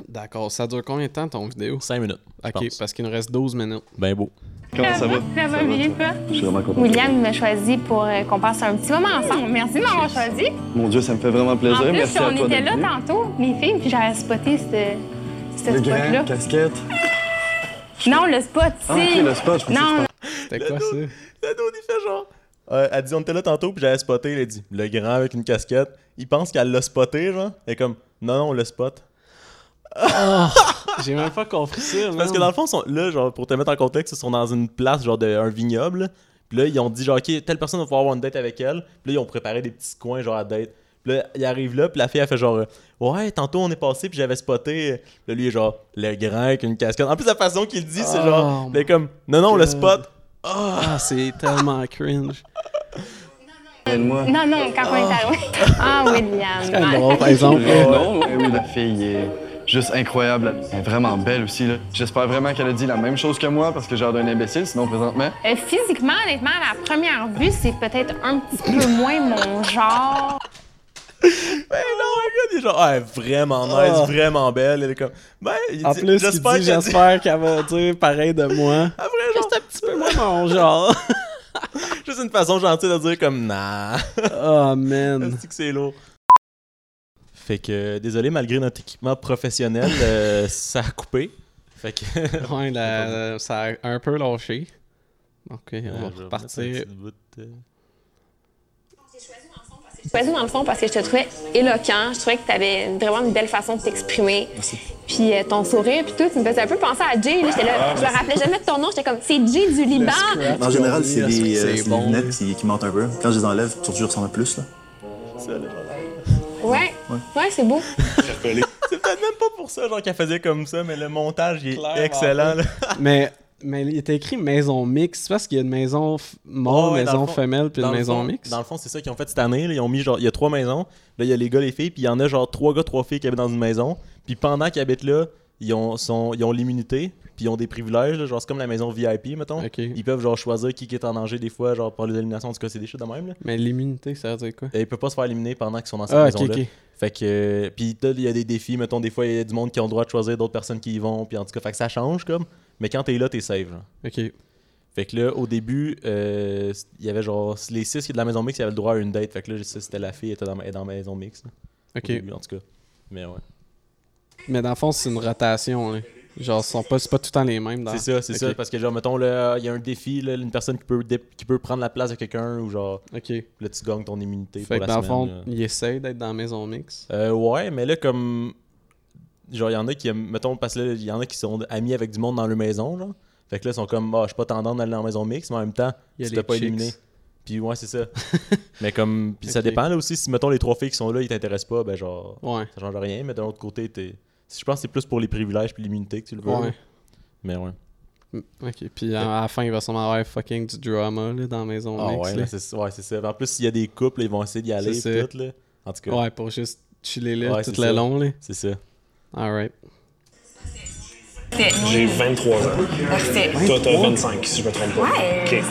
D'accord. Ça dure combien de temps ton vidéo?
5 minutes. je
Ok,
pense.
parce qu'il nous reste 12 minutes.
Ben beau.
Comment ça va?
Ça va bien, toi?
Je suis vraiment content.
William il m'a choisi pour euh, qu'on passe un petit moment ensemble. Merci de m'avoir choisi.
Mon Dieu, ça me fait vraiment plaisir.
en plus,
Merci à
on
toi
était
d'être
là
venu.
tantôt, les filles, puis j'avais spoté ce, ce
Le
spot-là.
gant, casquette.
Non, le spot, tu
Ah,
sais.
ok, le spot, je pensais
Non,
C'était quoi ça?
[LAUGHS] La donne, il fait genre. elle dit, on était là tantôt, puis j'avais spoté. Elle a dit, le grand avec une casquette. Il pense qu'elle l'a spoté, genre. Elle est comme, non, non, on l'a spot.
[LAUGHS] J'ai même pas compris ça.
Parce que dans le fond, sont, là, genre, pour te mettre en contexte, ils sont dans une place, genre, de, un vignoble. Puis là, ils ont dit, genre, OK, telle personne va pouvoir avoir une date avec elle. Puis là, ils ont préparé des petits coins, genre, à date. Puis là, il arrive là, puis la fille, elle fait genre, euh, Ouais, tantôt, on est passé, puis j'avais spoté. Puis là, lui, est genre, le grand avec une casquette. En plus, la façon qu'il le dit, c'est
Oh
genre,
my
il est comme, Non, non, le
God.
spot.
Ah, c'est tellement [LAUGHS] cringe.
Aide-moi.
non, non, quand on est à loin. Ah,
[LAUGHS]
William.
C'est
ouais.
drôle, par exemple. euh,
Non, non. Eh oui, la fille est juste incroyable. Elle est vraiment belle aussi. là. J'espère vraiment qu'elle a dit la même chose que moi parce que j'ai l'air d'un imbécile, sinon présentement.
Euh, physiquement, honnêtement, à la première vue, c'est peut-être un petit peu moins mon genre.
Ben non, regarde, il est genre, Ah, vraiment nice,
Oh.
vraiment belle. Elle est comme, Ben, il
En
dit,
plus, il dit,
qu'elle dit-
j'espère qu'elle va dire pareil
[LAUGHS]
de moi.
Après, genre,
C'est un petit peu
Ah,
moins mon genre.
[LAUGHS] juste une façon gentille de dire, comme, Nah. [LAUGHS]
Oh, man.
Est-ce que c'est lourd. Fait que, désolé, malgré notre équipement professionnel,
[LAUGHS]
euh, ça a coupé. Fait que. [LAUGHS]
Ouais, la- ça a un peu lâché. Donc, euh, on
Je vais
va
remettre un
repartir.
petit bout de-
Je choisis dans le fond parce que je te trouvais éloquent. Je trouvais que tu avais vraiment une belle façon de t'exprimer. Puis euh, ton sourire, puis tout, tu me faisais un peu penser à Jay. là. J'étais là, je me rappelais jamais de ton nom. J'étais comme, c'est Jay du Liban.
En général, c'est des, euh,
C'est
c'est des
bon.
lunettes qui, qui mentent un peu. Quand je les enlève, tu tu ressembles plus. Là.
Ouais, ouais, c'est beau.
C'est peut-être même pas pour ça, genre, qu'elle faisait comme ça, mais le montage, il est
Clairement
excellent,
pas.
là.
Mais, mais il était écrit maison mixte. C'est parce qu'il y a une maison f- mâle,
Ouais, ouais, dans
Oh, maison
le fond-
femelle, puis
dans
une
le
maison
fond-
mixte.
Dans le fond, c'est ça qu'ils ont fait cette année. là. Ils ont mis genre, il y a trois maisons. Là, il y a les gars, les filles, puis il y en a genre trois gars, trois filles qui habitent dans une maison. Puis pendant qu'ils habitent là, ils ont, sont- ils ont l'immunité, puis ils ont des privilèges. là. genre, c'est comme la maison VIP, mettons.
Ok.
Ils peuvent genre choisir qui qui est en danger des fois, genre par les éliminations. En tout cas, c'est des choses de même. Là.
Mais l'immunité, ça veut dire quoi?
Et ils peuvent pas se faire éliminer pendant qu'ils sont dans cette
Ah, ok,
maison-là.
ok.
Fait que. euh, Puis t'as- il y a des défis, mettons, des fois, il y a du monde qui ont le droit de choisir d'autres personnes qui y vont, puis en tout cas, fait que ça change comme. Mais quand t'es là, t'es safe. genre.
Ok.
Fait que là, au début, euh, il y avait genre les six qui étaient de la maison mixte, ils avaient le droit à une date. Fait que là, je sais, c'était la fille, elle était dans, elle est dans la maison mixte. là, au
Ok.
début, en tout cas. Mais ouais.
Mais dans le fond, c'est une rotation. hein. Genre, ce sont pas, c'est pas tout le temps les mêmes. dans-
C'est ça, c'est
Ah, Ok.
ça. Parce que genre, mettons, là, il y a un défi, là, une personne qui peut, dé- qui peut prendre la place de quelqu'un ou genre,
Ok.
là, tu gagnes ton immunité
Fait que
pour
dans
la
le
semaine.
fond,
là.
il essaye d'être dans la maison mixte.
Euh, ouais, mais là, comme. Genre, il y en a qui, aiment- mettons, parce que là, il y en a qui sont amis avec du monde dans leur maison, genre. Fait que là, ils sont comme, ah, je suis pas tendance d'aller dans la maison mixte, mais en même temps,
Il y a
tu
les
t'es pas
chicks.
éliminé. Puis ouais, c'est
[LAUGHS]
ça. mais comme, puis ça
Ok.
dépend, là aussi, si, mettons, les trois filles qui sont là, ils t'intéressent pas, ben genre,
Ouais.
ça change rien, mais d'un autre côté, t'es. Je pense que c'est plus pour les privilèges puis l'immunité que tu le veux.
Ouais.
Mais ouais.
Mm, Ok. Puis à, à la fin, il va sûrement avoir fucking du drama là, dans la maison
Ah ouais,
mixte. là.
là, c'est ça. Ouais, c'est ça. En plus, s'il y a des couples, ils vont essayer d'y aller.
C'est
puis
ça.
tout, là. En tout cas,
Ouais, pour juste chiller là
Ouais,
tout
c'est
le
ça.
long. Là.
c'est ça.
Alright.
J'ai 23 ans. Toi, t'as 25, si je me trompe pas.
Ouais,
OK.
c'est-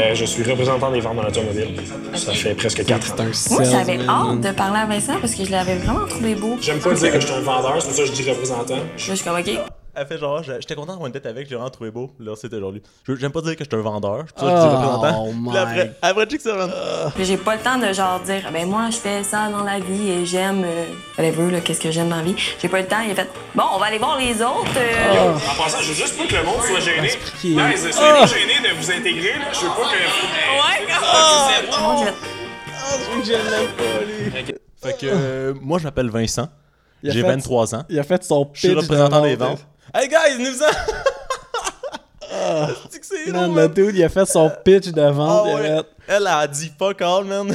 Euh, je suis représentant des ventes dans l'automobile. Ça fait presque 4 ans.
C'est un
Moi, j'avais
salesman,
hâte
man.
de parler à Vincent parce que je l'avais vraiment trouvé beau. Là,
J'aime pas dire que je suis un vendeur, c'est pour ça que je dis représentant.
je suis comme, OK,
Elle fait genre, je- j'étais content d'avoir une tête avec, j'ai vraiment trouvé beau. Là, c'était genre lui. Je- J'aime pas dire que je suis un vendeur, je suis sûr que tu
Oh
représentant. Puis là,
my-
après, après, tu sais que ça vend.
Puis j'ai pas le temps de genre dire ben moi je fais ça dans la vie et j'aime euh, whatever là qu'est-ce que j'aime dans la vie. J'ai pas le temps, il a fait bon, on va aller voir les autres.
Ah.
euh.
Ah.
En passant, je veux juste pas que le monde soit gêné.
Expliquer.
Non,
hein.
soyez pas gênés de vous intégrer. Là. Je veux pas que...
Ouais, comme- Moi, ah, j'ai fait,
Fait que euh, moi, je m'appelle Vincent,
Il a
j'ai
fait-
23 ans,
Il a fait son pitch.
je suis représentant
de
des
vente.
ventes. Hey guys, nous en. [LAUGHS] C'est que c'est
Ah. Man,
long,
le
man.
dude, il a fait son pitch de
Ah
vente. il,
ouais.
a fait-
Elle a dit fuck all, man. Je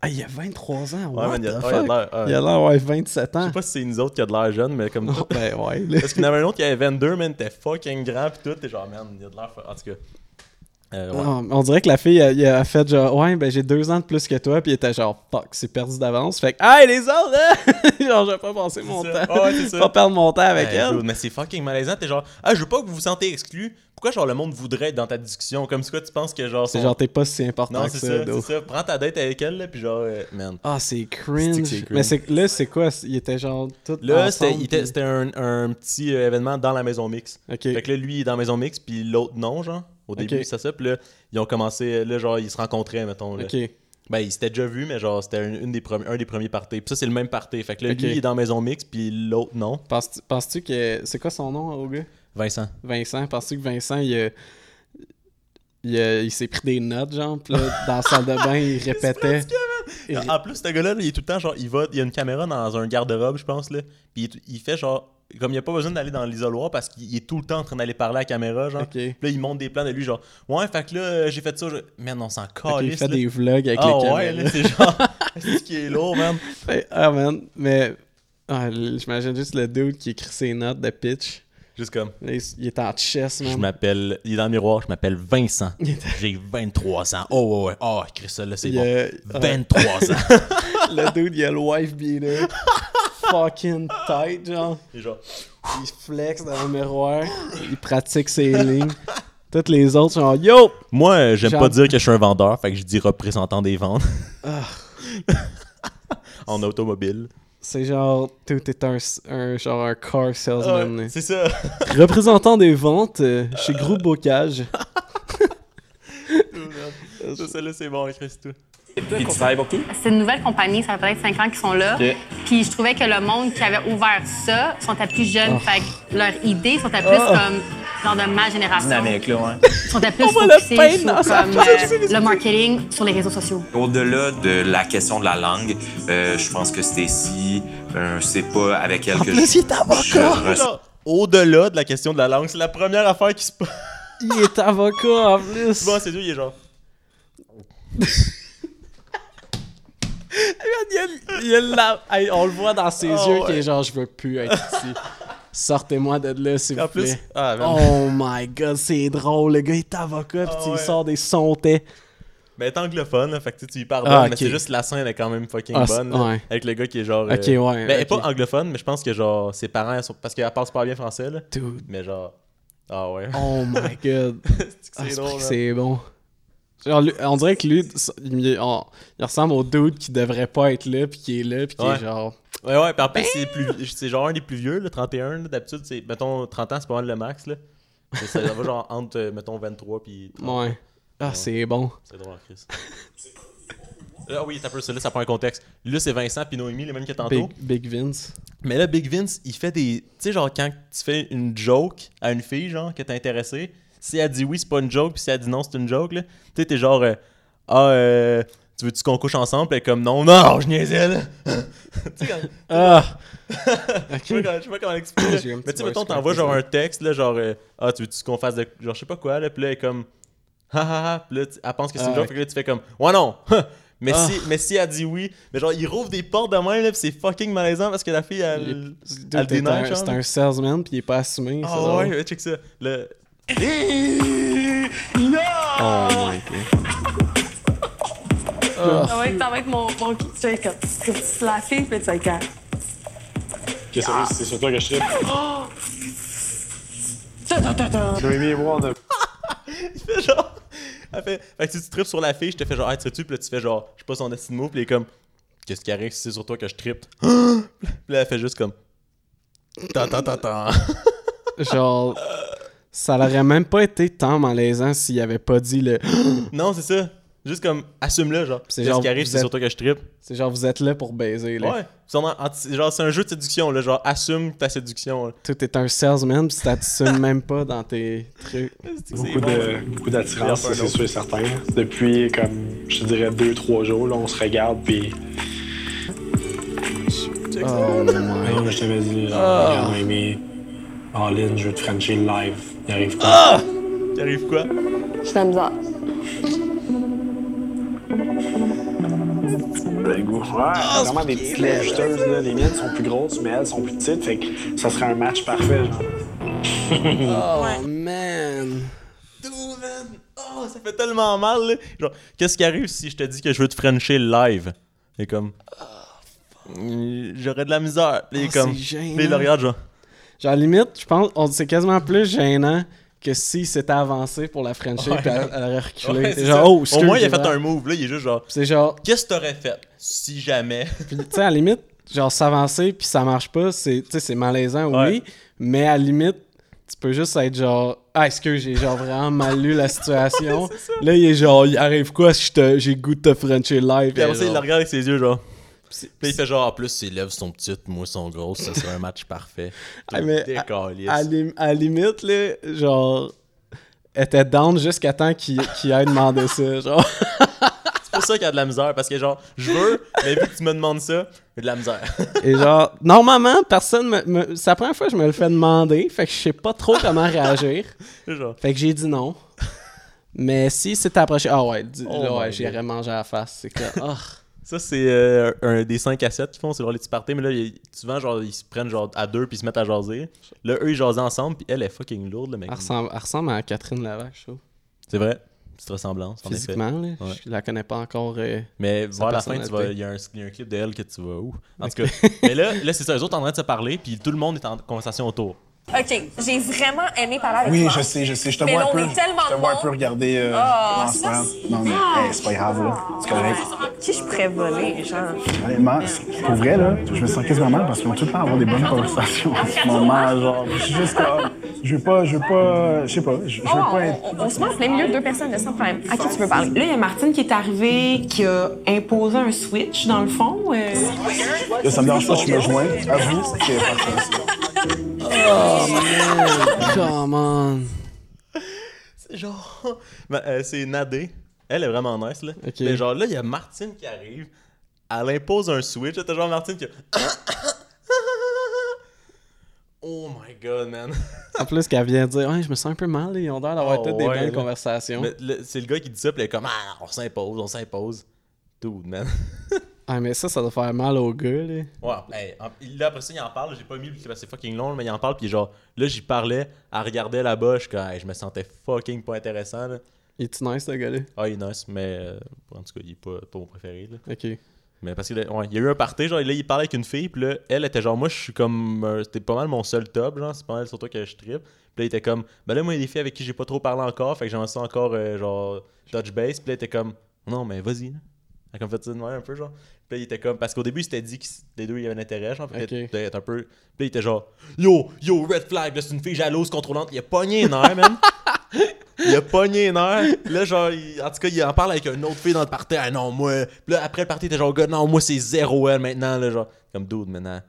Ah, il a 23 ans.
Ouais,
Ouais,
man, il a- ouais, il
fuck?
a l'air- ouais.
Il a l'air d'avoir 27 ans.
sais pas si c'est nous autres qui a de l'air jeune, mais comme
[LAUGHS]
tout.
Ben ouais. là.
Parce qu'il y en avait un autre qui avait 22, man, t'es fucking grand, pis tout, t'es genre, man, il a de l'air. fa- En tout cas. Euh, ouais.
Ah, on dirait que la fille, elle, elle a fait genre, ouais, ben j'ai deux ans de plus que toi, puis elle était genre, fuck, c'est perdu d'avance. Fait que, hey, les autres, hein! [LAUGHS] genre, je vais pas passer mon
ça.
temps.
Ah ouais, c'est ça.
[LAUGHS] pas perdre mon temps avec
Hey,
elle.
dude, mais c'est fucking malaisant. T'es genre, ah, je veux pas que vous vous sentez exclu. Pourquoi, genre, le monde voudrait être dans ta discussion? Comme si quoi, tu penses que, genre,
C'est
son-
genre, t'es pas si important
Non,
que
c'est
ça,
ça,
dude.
c'est ça. Prends ta date avec elle, là, puis genre, euh, man.
Ah, c'est
C'est
cringe.
que c'est cringe.
Mais c'est- là, c'est quoi? Il était genre tout.
Là,
ensemble,
c'était il était-
puis-
c'était un, un petit euh, événement dans la maison mix.
Ok.
Fait que là, lui, il est dans la maison mix, puis l'autre non, genre. Au début,
Ok.
c'est ça. Puis là, ils ont commencé, là, genre, ils se rencontraient, mettons. Là.
Ok.
Ben, ils s'étaient déjà vus, mais genre, c'était un, une des premi- un des premiers parties. Puis ça, c'est le même party. Fait que là,
Ok.
lui, il est dans la maison mix, puis l'autre non.
Penses-tu penses-tu que. C'est quoi son nom au gars?
Vincent.
Vincent. Penses-tu que Vincent, il a- Il, a- il s'est pris des notes, genre, pis là, dans la salle de
[LAUGHS]
bain, il répétait. Il-
En plus, ce gars-là, là, il est tout le temps genre, il va, il y a une caméra dans un garde-robe, je pense, là. Puis il, est- il fait genre, comme il a pas besoin d'aller dans l'isoloir parce qu'il est tout le temps en train d'aller parler à la caméra, genre.
Ok.
Puis là, il monte des plans de lui, genre, ouais, fait que là, euh, j'ai fait ça. je- Man, on s'en
Ok, il
calisse,
fait
là.
des vlogs avec
Ah
les
ouais,
caméras.
là, c'est genre,
[LAUGHS]
[LAUGHS] c'est ce qui est lourd, man.
Fait- Ah, man, mais. ah, l- J'imagine juste le dude qui écrit ses notes de pitch.
Juste comme,
Là, il, il est en chess,
je
man.
m'appelle, il est dans le miroir, je m'appelle Vincent. J'ai 23 ans. Oh, ouais, ouais. Oh, Chris, là, c'est
Il
bon.
a-
23 ans.
[LAUGHS] Le dude, il a le wife beater. Fucking tight, genre.
Et genre,
Il flex dans le miroir. Il pratique ses lignes. Toutes les autres sont Yo!
Moi, euh, j'aime
Genre-
pas dire que je suis un vendeur, fait que je dis représentant des ventes.
Ah.
[LAUGHS] en automobile.
C'est genre, tout est un, un- genre un car salesman. là.
c'est ça.
Représentant des ventes euh, chez Groupe Bocage.
ça, celle-là, c'est bon, Christo.
Puis tu travailles pour qui?
C'est une nouvelle compagnie, ça fait peut-être cinq ans qu'ils sont là.
Ok.
Puis je trouvais que le monde qui avait ouvert ça sont à plus jeunes. Fait que leurs idées sont à plus comme genre de ma génération.
Dynamique, là, ouais.
Sont à plus focusés sur comme, euh, le marketing sur les réseaux sociaux.
Au-delà de la question de la langue, euh, je pense que Stacy, euh, c'est pas avec elle que je, je ressens
Là, Au-delà de la question de la langue, c'est la première affaire qui se passe.
Il est avocat en
[LAUGHS]
plus.
Souvent, c'est lui, il est
[LAUGHS]
genre.
Il y a- il y a la- Hey, on le voit dans ses
Oh,
yeux
ouais.
qu'il est genre, je veux plus être ici. Sortez-moi de là, s'il
En
vous
plus.
plaît.
Ah, man.
Oh my god, c'est drôle. Le gars est avocat, puis
Ah
tu lui
ouais.
sors des sontais.
Ben, elle est anglophone, là, fait que tu sais, tu lui pardonnes,
Ah, ok.
mais c'est juste la scène est quand même fucking
Ah, c'est-
bonne. là,
ouais.
Avec le gars qui est genre.
Ok, ouais,
Ben, elle est
ok.
pas anglophone, mais je pense que genre ses parents, elles sont... parce qu'elle parle pas bien français, là.
Dude.
Mais genre. Ah ouais.
Oh my god. Ah,
[LAUGHS] c'est
c'est
drôle.
vrai que
hein.
c'est bon. Genre, lui- on dirait que lui, il, on- il ressemble au dude qui devrait pas être là, puis qui est là, puis qui
Ouais.
est genre.
Ouais, ouais, puis en
Ben!
plus, c'est plus- c'est genre un des plus vieux, là, 31, là, d'habitude, c'est, mettons, 30 ans, c'est pas mal le max, là. Mais ça va genre entre, euh, mettons, 23 puis 30.
Ouais. Ah, c'est bon.
C'est drôle, en Chris. Ah oui, t'as peu, ça, là, ça prend un contexte. Là, c'est Vincent puis Noémie, les mêmes que tantôt.
Big, Big Vince.
Mais là, Big Vince, il fait des. Tu sais, genre, quand tu fais une joke à une fille, genre, que t'es intéressé, si elle dit oui, c'est pas une joke, puis si elle dit non, c'est une joke, là, tu sais, t'es genre, euh, ah, euh, tu veux-tu qu'on couche ensemble? Elle est comme, non, non, je niaisais, là. [LAUGHS] tu sais, quand- [LAUGHS]
Ah!
je sais pas comment- je sais pas comment l'expliquer.
J'ai un
là.
petit
mais tu sais,
voice
mettons,
crack,
t'envoies genre
ça.
un texte, là, genre, euh, ah, tu veux-tu qu'on fasse de. Genre, je sais pas quoi, là, puis là, elle est comme, ha ha ha, puis là, tu- elle pense que c'est
Ah,
une joke,
ok.
fait que là, tu fais comme, ouais, non, [LAUGHS] ha. Mais,
Ah.
si, mais si elle dit oui, mais genre, il rouvre des portes de même, là, pis c'est fucking malaisant parce que la fille,
Il est-
elle.
dude,
elle
C'est
déneige,
un,
genre,
c'est
là.
un salesman, puis il est pas assumé. c'est
Ah
drôle.
ouais, ouais, check ça. Le...
Oh my god.
Ah ouais, t'en vas avec mon, mon kit, tu sais, comme, comme tu la fille, puis tu fais quand.
Que sérieux, c'est sur toi que je tripe.
Noémie et moi, on a
Fait genre. [LAUGHS] Elle fait... fait que si tu tripes sur la fille, je te fais genre, hey, tu tu Puis là, tu fais genre, je sais pas son destin mot. Puis il est comme, qu'est-ce qui arrive si c'est sur toi que je tripe [GASPS] Puis là, elle fait juste comme, tant, tant, tant, tant.
Genre, ça l'aurait même pas été tant malaisant s'il avait pas dit le.
Non, c'est ça. Juste comme, assume-le, genre.
C'est
Qu'est-ce
genre,
qui arrive si
vous
c'est
êtes-
sur toi que je tripe
C'est genre, vous êtes là pour baiser, là.
Ouais. Ils sont en- en- Genre, c'est un jeu de séduction, là. Genre, assume ta séduction. là.
Tout est un salesman, puis ça t'assume même pas dans tes trucs.
C'est
Beaucoup
bon,
de-
ça.
beaucoup d'attirance,
Il y a pas un
c'est
autre.
sûr et certain. Depuis, comme, je te dirais, deux, trois jours, là, on se regarde, puis...
Oh my
Non, mais Ah, je t'avais dit, genre, regarde, Noémie, Aline, je veux te frencher live. Il arrive quoi?
Qui arrive quoi
J'ai de la misère.
Le goût. Ouais, c'est vraiment des petites lèvres là. Les miennes sont plus grosses, mais elles sont plus petites, fait que ça serait un match parfait, genre.
Oh man!
Dude, man. Oh, ça fait tellement mal, là. Genre, qu'est-ce qui arrive si je te dis que je veux te frencher live? Et comme. Euh, J'aurais de la misère. Puis il est
Oh,
comme.
c'est gênant.
Puis il le regarde, genre.
Genre, limite, je pense, on c'est quasiment plus gênant que si s'était avancé pour la Frenchie, puis elle, elle aurait reculé.
Ouais,
C'est
c'est
genre,
ça.
oh,
Au
excuse,
moins, il a
j'ai
fait
mal.
un move, là. Il est juste genre.
C'est genre,
Qu'est-ce que t'aurais fait si jamais.
puis, tu sais, à la limite, genre, s'avancer, puis ça marche pas, c'est, tu sais, c'est malaisant, oui,
Ouais.
mais à la limite, tu peux juste être genre, ah, est-ce que j'ai genre vraiment mal lu la situation?
[LAUGHS]
Là, il est genre, il arrive quoi si je te- j'ai le goût de te Frencher live?
Puis
Et
après, ça, il
genre-
le regarde avec ses yeux, genre.
c'est-
Puis il fait genre, en plus, ses lèvres sont petites, moi, sont grosses, ça serait un match [LAUGHS] parfait.
Ah, mais à-
Décaliste.
à, lim- à la limite, là, genre, elle était down jusqu'à temps qu'il qu'il aille demander ça. Genre,
C'est pour ça qu'il y a de la misère, parce que genre, je veux, mais vu que tu me demandes ça, j'ai de la misère.
[LAUGHS] et genre, normalement, personne me. me- c'est la première fois que je me le fais demander, fait que je sais pas trop comment réagir.
[LAUGHS] genre.
Fait que j'ai dit non. Mais si c'était approché. Ah ouais, dis-
Oh
là, ouais,
my
j'irais manger à la face. C'est clair. Ah,
Ça, c'est euh, un des 5 à 7 qu'ils font, c'est genre les petits parties, mais là, il- souvent, genre, ils se prennent genre à deux puis ils se mettent à jaser. Là, eux, ils jasent ensemble, puis elle est fucking lourde, le mec.
elle, ressemble, elle ressemble à Catherine Lavache, je trouve.
C'est vrai, petite ressemblance, en effet.
Physiquement, là,
Ouais.
je la connais pas encore. euh,
Mais
Sa
vers la fin, tu vas-
personnalité.
il y, a un- il y a un clip de elle que tu vas où En tout cas, mais là, là c'est ça, eux autres en train de se parler, puis tout le monde est en conversation autour.
OK, j'ai vraiment aimé parler avec
Oui,
toi.
je sais, je sais. Je te
Mais
vois
non,
un peu.
mais tellement
Je te vois un
bon.
peu regarder euh,
Ah,
mon
c'est
Instagram.
pas-
Non, mais hey, c'est pas grave, là. C'est correct.
Qui je pourrais voler, genre?
Honnêtement, c'est- pour vrai, là, je me sens quasiment mal parce qu'ils ont tout le temps à avoir des bonnes conversations en ce moment. Genre, je suis juste comme.
Je veux pas, je veux pas, je sais pas, je je veux
Oh,
pas être.
on, on- on se met en plein milieu de deux personnes, de sans problème. À qui tu veux parler?
Là, il y a Martine qui est arrivée, qui a imposé un switch, dans le fond. euh.
Là, ça me dérange pas, je me joins à vous. qui est fantastique.
Oh, man. Come on.
[LAUGHS] Genre, ben, euh, c'est Nadé. Elle est vraiment nice, là. Mais genre, là, il y a Martine qui arrive. Elle impose un switch. Là, T'as genre Martine qui. [COUGHS] oh my god, man.
En plus, qu'elle vient dire, ouais, je me sens un peu mal, Ah là. ils ont l'air d'avoir
Oh,
toutes
ouais,
des belles
là.
conversations.
Mais le- c'est le gars qui dit ça, puis il est comme, ah, on s'impose, on s'impose. Dude, man.
Ah, mais ça, ça doit faire mal au gars, là.
[LAUGHS] Ouais, hey, en- là, après ça, il en parle. J'ai pas mis, parce que c'est fucking long, mais il en parle. Puis genre, là, j'y parlais. Elle regardait là-bas. Je, suis comme, Hey, je me sentais fucking pas intéressant. Là.
Il est nice, ce gars-là.
Ah, il est nice, mais euh, en tout cas, il est pas, pas mon préféré. Là.
Ok.
Mais parce que là, ouais, il y a eu un party. Genre, là, il parlait avec une fille. Puis là, elle était genre, moi, je suis comme. euh, C'était pas mal mon seul top. Genre, c'est pas mal sur toi que je tripe. Puis là, il était comme, ben là, moi, il y a des filles avec qui j'ai pas trop parlé encore. Fait que j'en sens encore, euh, genre, touch base. Puis là, il était comme, non, mais vas-y. là. Elle a comme fait ça de même un peu, genre. Puis là, il était comme. Parce qu'au début, il s'était dit que c- les deux, il y avait un intérêt, genre. Puis
Ok.
peut-être un peu. Puis là, il était genre, yo, yo, red flag, là, c'est une fille jalouse, contrôlante. Il a pogné une heure, man. Il a pogné une heure. Là, genre, il- en tout cas, il en parle avec une autre fille dans le party. Ah non, moi. Puis là, après le party, il était genre, gars, non, moi, c'est zéro elle maintenant, là, genre. Comme dude, maintenant.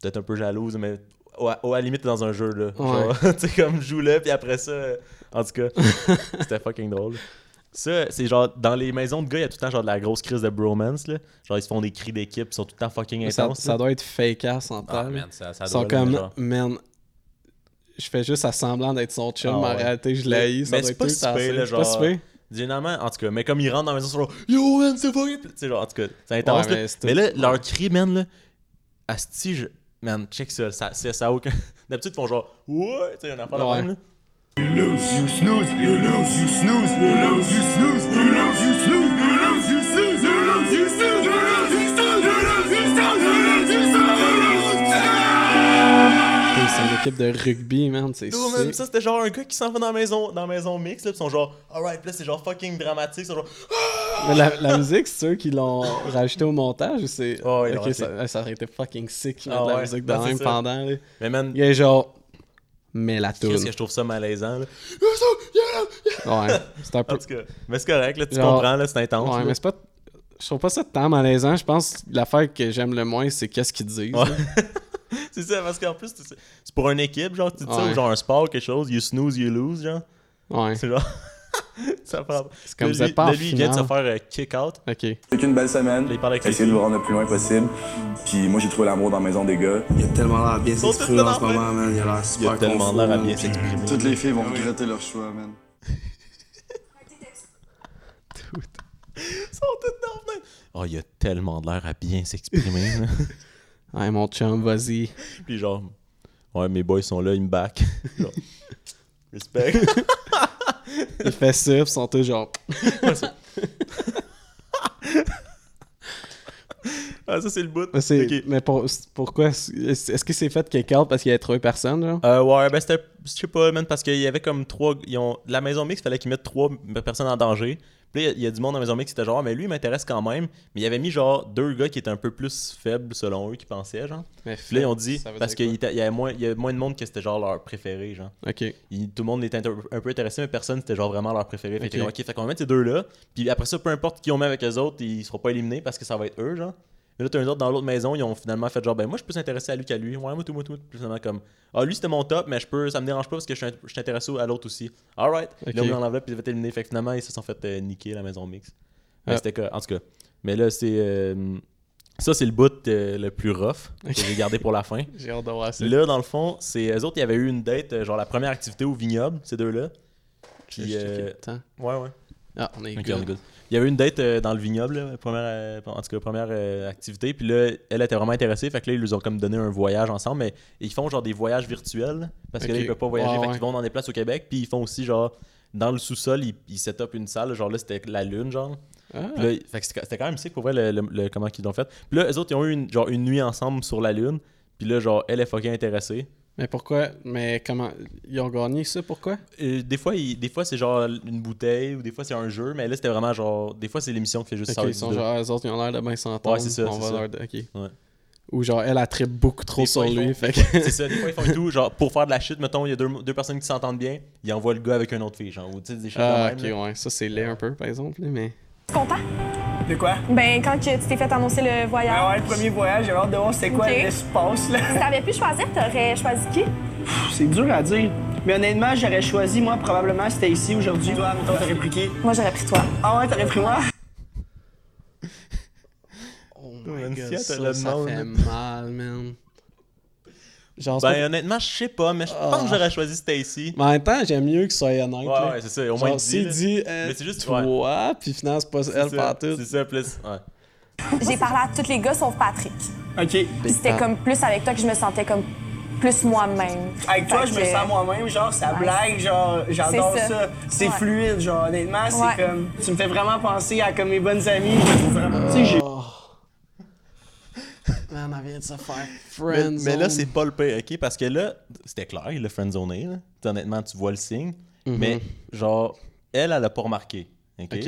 Peut-être un peu jalouse, mais. au- au- à la limite, t'es dans un jeu, là. Genre, [LAUGHS] tu sais, comme joue-le, puis après ça. euh, En tout cas,
[LAUGHS]
c'était fucking drôle. Ça, c'est genre, dans les maisons de gars, il y a tout le temps genre de la grosse crise de bromance, là. Genre, ils se font des cris d'équipe, ils sont tout le temps fucking
Ça,
intenses.
ça
là.
doit être fake hein, ass en temps.
Ah, man, ça- ça
Ils
doit
sont
l'être,
comme,
genre.
man, je fais juste à semblant d'être son chum,
Ah
mais en
ouais.
réalité, je l'ai.
Mais c'est pas si
hein.
pire, là, genre. Généralement, en tout cas, mais comme ils rentrent dans la maison, ils sont genre, Yo, man, c'est fucking. Tu sais, genre, en tout cas, c'est intense.
Ouais,
là.
mais
mais,
c'est
là, leur cri, man, là, asti, je... man, check ça, ça, c'est- ça a aucun. [LAUGHS] D'habitude, ils font genre, ouais, tu sais, on a pas la
Ouais.
même, là.
Putain, C'est une équipe de rugby, man, c'est
Dude, man,
sick.
euh, ça, c'était genre un gars qui s'en va dans la maison, dans la maison mixte, là, pis ils sont genre, alright, pis là, c'est genre fucking dramatique, ils sont genre, [GASPS]
Mais la, la musique, c'est eux qui l'ont rajouté au montage ou c'est.
Ah ouais, ils l'ont
ok,
rajouté.
ça, ça aurait été fucking sick,
Ah
mettre la
ouais,
musique
ben,
dans
c'est
même
ça.
pendant. là.
Mais man,
Il y a genre. Mais la toune.
qu'est-ce que je trouve ça malaisant, là.
Ouais,
[LAUGHS]
c'est un peu.
En tout cas, mais Ah, c'est correct, là, tu
Genre-
comprends, là, c'est intense.
Ouais,
là.
mais c'est pas. Je trouve pas ça tant malaisant. Je pense que l'affaire que j'aime le moins, c'est qu'est-ce qu'ils disent.
Ouais.
là.
[LAUGHS] c'est ça, parce qu'en plus, tu sais, c'est pour une équipe, genre, tu dis ça,
Ouais.
ou genre un sport, quelque chose, you snooze, you lose, genre. [LAUGHS]
Ouais.
C'est genre. [LAUGHS] ça prend. C'est
comme vous êtes pas en
lui, il vient de se
finale.
faire euh, kick out.
Ok.
Vécu une belle semaine.
Il parle avec
Essayez de vous rendre le plus loin possible. Puis moi, j'ai trouvé l'amour dans la maison des gars. Il a tellement l'air bien
s'exprimer en ce
moment, man. Il a l'air super
tellement l'air à bien s'exprimer.
Toutes les filles vont
Ah
regretter leur choix, man.
Ils sont tous dans le même- Oh, il a tellement de l'air à bien s'exprimer. [LAUGHS] là.
Ouais, mon chum, vas-y.
Puis genre, ouais, mes boys sont là, ils me back. [LAUGHS] Genre, Respect.
Il fait ça, pis ils sont tous genre.
[LAUGHS] ah, ça, c'est le bout.
Mais, c'est-
Ok.
mais pour- pourquoi Est-ce est-ce que c'est fait kick out parce qu'il a trouvé personne, genre
Euh, ouais, ben c'était, je sais pas, man, parce qu'il y avait comme trois. Ils ont, la maison mixte, fallait qu'ils mettent trois m- personnes en danger. Puis là, il y a du monde dans la maison mixte qui était genre, Ah, mais lui, il m'intéresse quand même. Mais il avait mis genre deux gars qui étaient un peu plus faibles selon eux, qui pensaient, genre.
Mais
Puis là, ils ont dit,
ça veut
parce
dire
qu'il était- il y, avait moins, il y avait moins de monde que c'était genre leur préféré, genre.
Ok.
Il- tout le monde était un, un peu intéressé, mais personne c'était genre vraiment leur préféré. Fait, que,
Ok.
ok, fait qu'on va mettre ces deux-là. Puis après ça, peu importe qui on met avec eux autres, ils seront pas éliminés parce que ça va être eux, genre. Mais là, t'as un autre dans l'autre maison, ils ont finalement fait genre, ben moi je peux s'intéresser à lui qu'à lui. Ouais, moi tout, moi tout. Puis finalement, comme, ah lui c'était mon top, mais je peux, ça me dérange pas parce que je suis int- je suis intéressé à l'autre aussi. Alright.
Ok.
Là, on en l'enveloppe, puis ils avaient éliminé. Fait que finalement, ils se sont fait euh, niquer la maison mix. Mais
Ah.
c'était que- en tout cas. Mais là, c'est. euh, ça, c'est le bout euh, le plus rough
Ok.
que j'ai gardé pour la fin.
J'ai hâte de voir ça.
Là, dans le fond, c'est eux autres, il y avait eu une date, euh, genre la première activité au vignoble, ces deux-là.
Je-
Puis,
je checker
euh,
le temps.
ouais, ouais.
Ah, on est
Ok,
good.
on est good. Il y avait eu une date euh, dans le vignoble, là, première, euh, en tout cas, première euh, activité. Puis là, elle était vraiment intéressée. Fait que là, ils nous ont comme donné un voyage ensemble. Mais ils font genre des voyages virtuels. Parce que là,
Ok.
ils peuvent pas voyager.
Ouais,
fait
ouais.
qu'ils vont dans des places au Québec. Puis ils font aussi genre, dans le sous-sol, ils, ils set up une salle. Genre là, c'était la lune, genre.
Ah.
Puis là, fait que c'était c'était quand même sick pour vrai le, le- le- comment qu'ils l'ont fait. Puis là, eux autres, ils ont eu une, genre une nuit ensemble sur la lune. Puis là, genre, elle est fucking intéressée.
Mais pourquoi Mais comment Ils ont gagné ça, pourquoi
Euh, des fois, il- des fois c'est genre une bouteille ou des fois c'est un jeu, mais là c'était vraiment genre. Des fois c'est l'émission qui fait juste
Ok,
ça.
ils sont genre, eux autres, ils ont l'air de bien s'entendre.
Ouais, c'est ça,
On
c'est
va
ça.
leur. Ok.
Ouais.
Ou genre, elle, a trip beaucoup trop
Des
sur
fois, ils [LAUGHS]
lui.
font-
fait que-
C'est ça, des fois ils font tout. Genre, pour faire de la chute, mettons, il y a deux, deux personnes qui s'entendent bien, ils envoient le gars avec une autre fille, genre, ou tu sais, des choses
[LAUGHS] Ah,
de
ok,
même, là.
ouais. Ça, c'est laid un peu, par exemple, là, mais.
Content?
De quoi?
Ben, quand que tu t'es fait annoncer le voyage.
Ah ouais, le premier voyage, j'avais hâte de voir c'était quoi
Ok.
l'espace, là.
Si t'avais pu choisir, t'aurais choisi qui?
Pff, C'est dur à dire. Mais honnêtement, j'aurais choisi, moi, probablement, c'était ici aujourd'hui. Toi, mettons, t'aurais pris qui?
Moi, j'aurais pris toi.
Ah ouais, t'aurais pris moi?
Une
Oh God,
fillette,
ça,
elle le
ça
demande.
fait mal, man. Genre, c'est
Ben,
pas-
honnêtement, je sais pas, mais je pense que j'aurais choisi Stacy.
Mais en même temps, j'aime mieux qu'il soit honnête.
Ouais,
là.
ouais, c'est ça, au moins il
Genre,
dit,
s'il
là.
dit, euh,
Mais c'est juste-
toi, puis finalement, c'est pas elle
ça,
partout.
C'est ça, plus. Ouais.
J'ai parlé à tous les gars sauf Patrick.
OK.
Puis c'était comme plus avec toi que je me sentais comme plus moi-même.
Avec toi,
Fait
je
que-
me sens moi-même, genre, ça
Ouais.
blague, genre, j'adore
C'est ça.
ça. C'est
Ouais.
fluide, genre, honnêtement, c'est
Ouais.
comme. Tu me fais vraiment penser à comme mes bonnes amies. Tu sais, j'ai.
Oh. Man, elle vient de se faire
Mais,
friendzone.
mais là, c'est pas le pire, ok? Parce que là, c'était clair, il l'a friendzoné, là. T'sais, Honnêtement, tu vois le signe.
Mhm.
Mais, genre, elle, elle a pas remarqué. Ok.
Ok.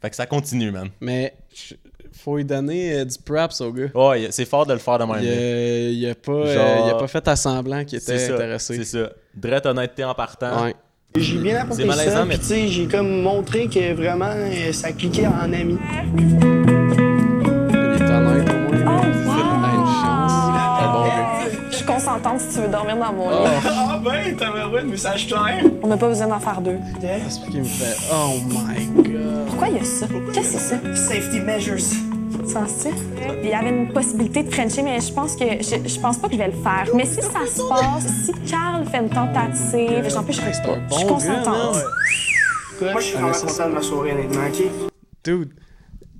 Fait que ça continue, man.
Mais je- faut lui donner euh, du props au gars.
Ouais, c'est fort de le faire de même.
Il, euh, il a pas, euh,
Genre-
il a pas fait à semblant qu'il était
C'est ça,
intéressé.
C'est ça. Drette honnêteté en partant.
Ouais.
J'ai bien
C'est
apporté
malaisant,
ça,
mais
puis tu sais, j'ai comme montré que vraiment, euh, ça cliquait en ami.
Il était honnête au moins.
Ah, Je suis consentante si tu veux dormir dans mon lit.
Ah ben, t'as un message clair.
On n'a pas besoin d'en faire deux.
Il me fait Oh my
Pourquoi il y a ça? Qu'est-ce que c'est ça?
Safety measures.
Tu sens-tu? Il y avait une possibilité de Frencher, mais je pense que je, je pense pas que je vais le faire. Mais si ça se passe, si Carl fait une tentative, j'en plus je reste Euh, pas. Je suis consentante.
Moi, je suis vraiment content de ma soirée, honnêtement, OK?
Dude,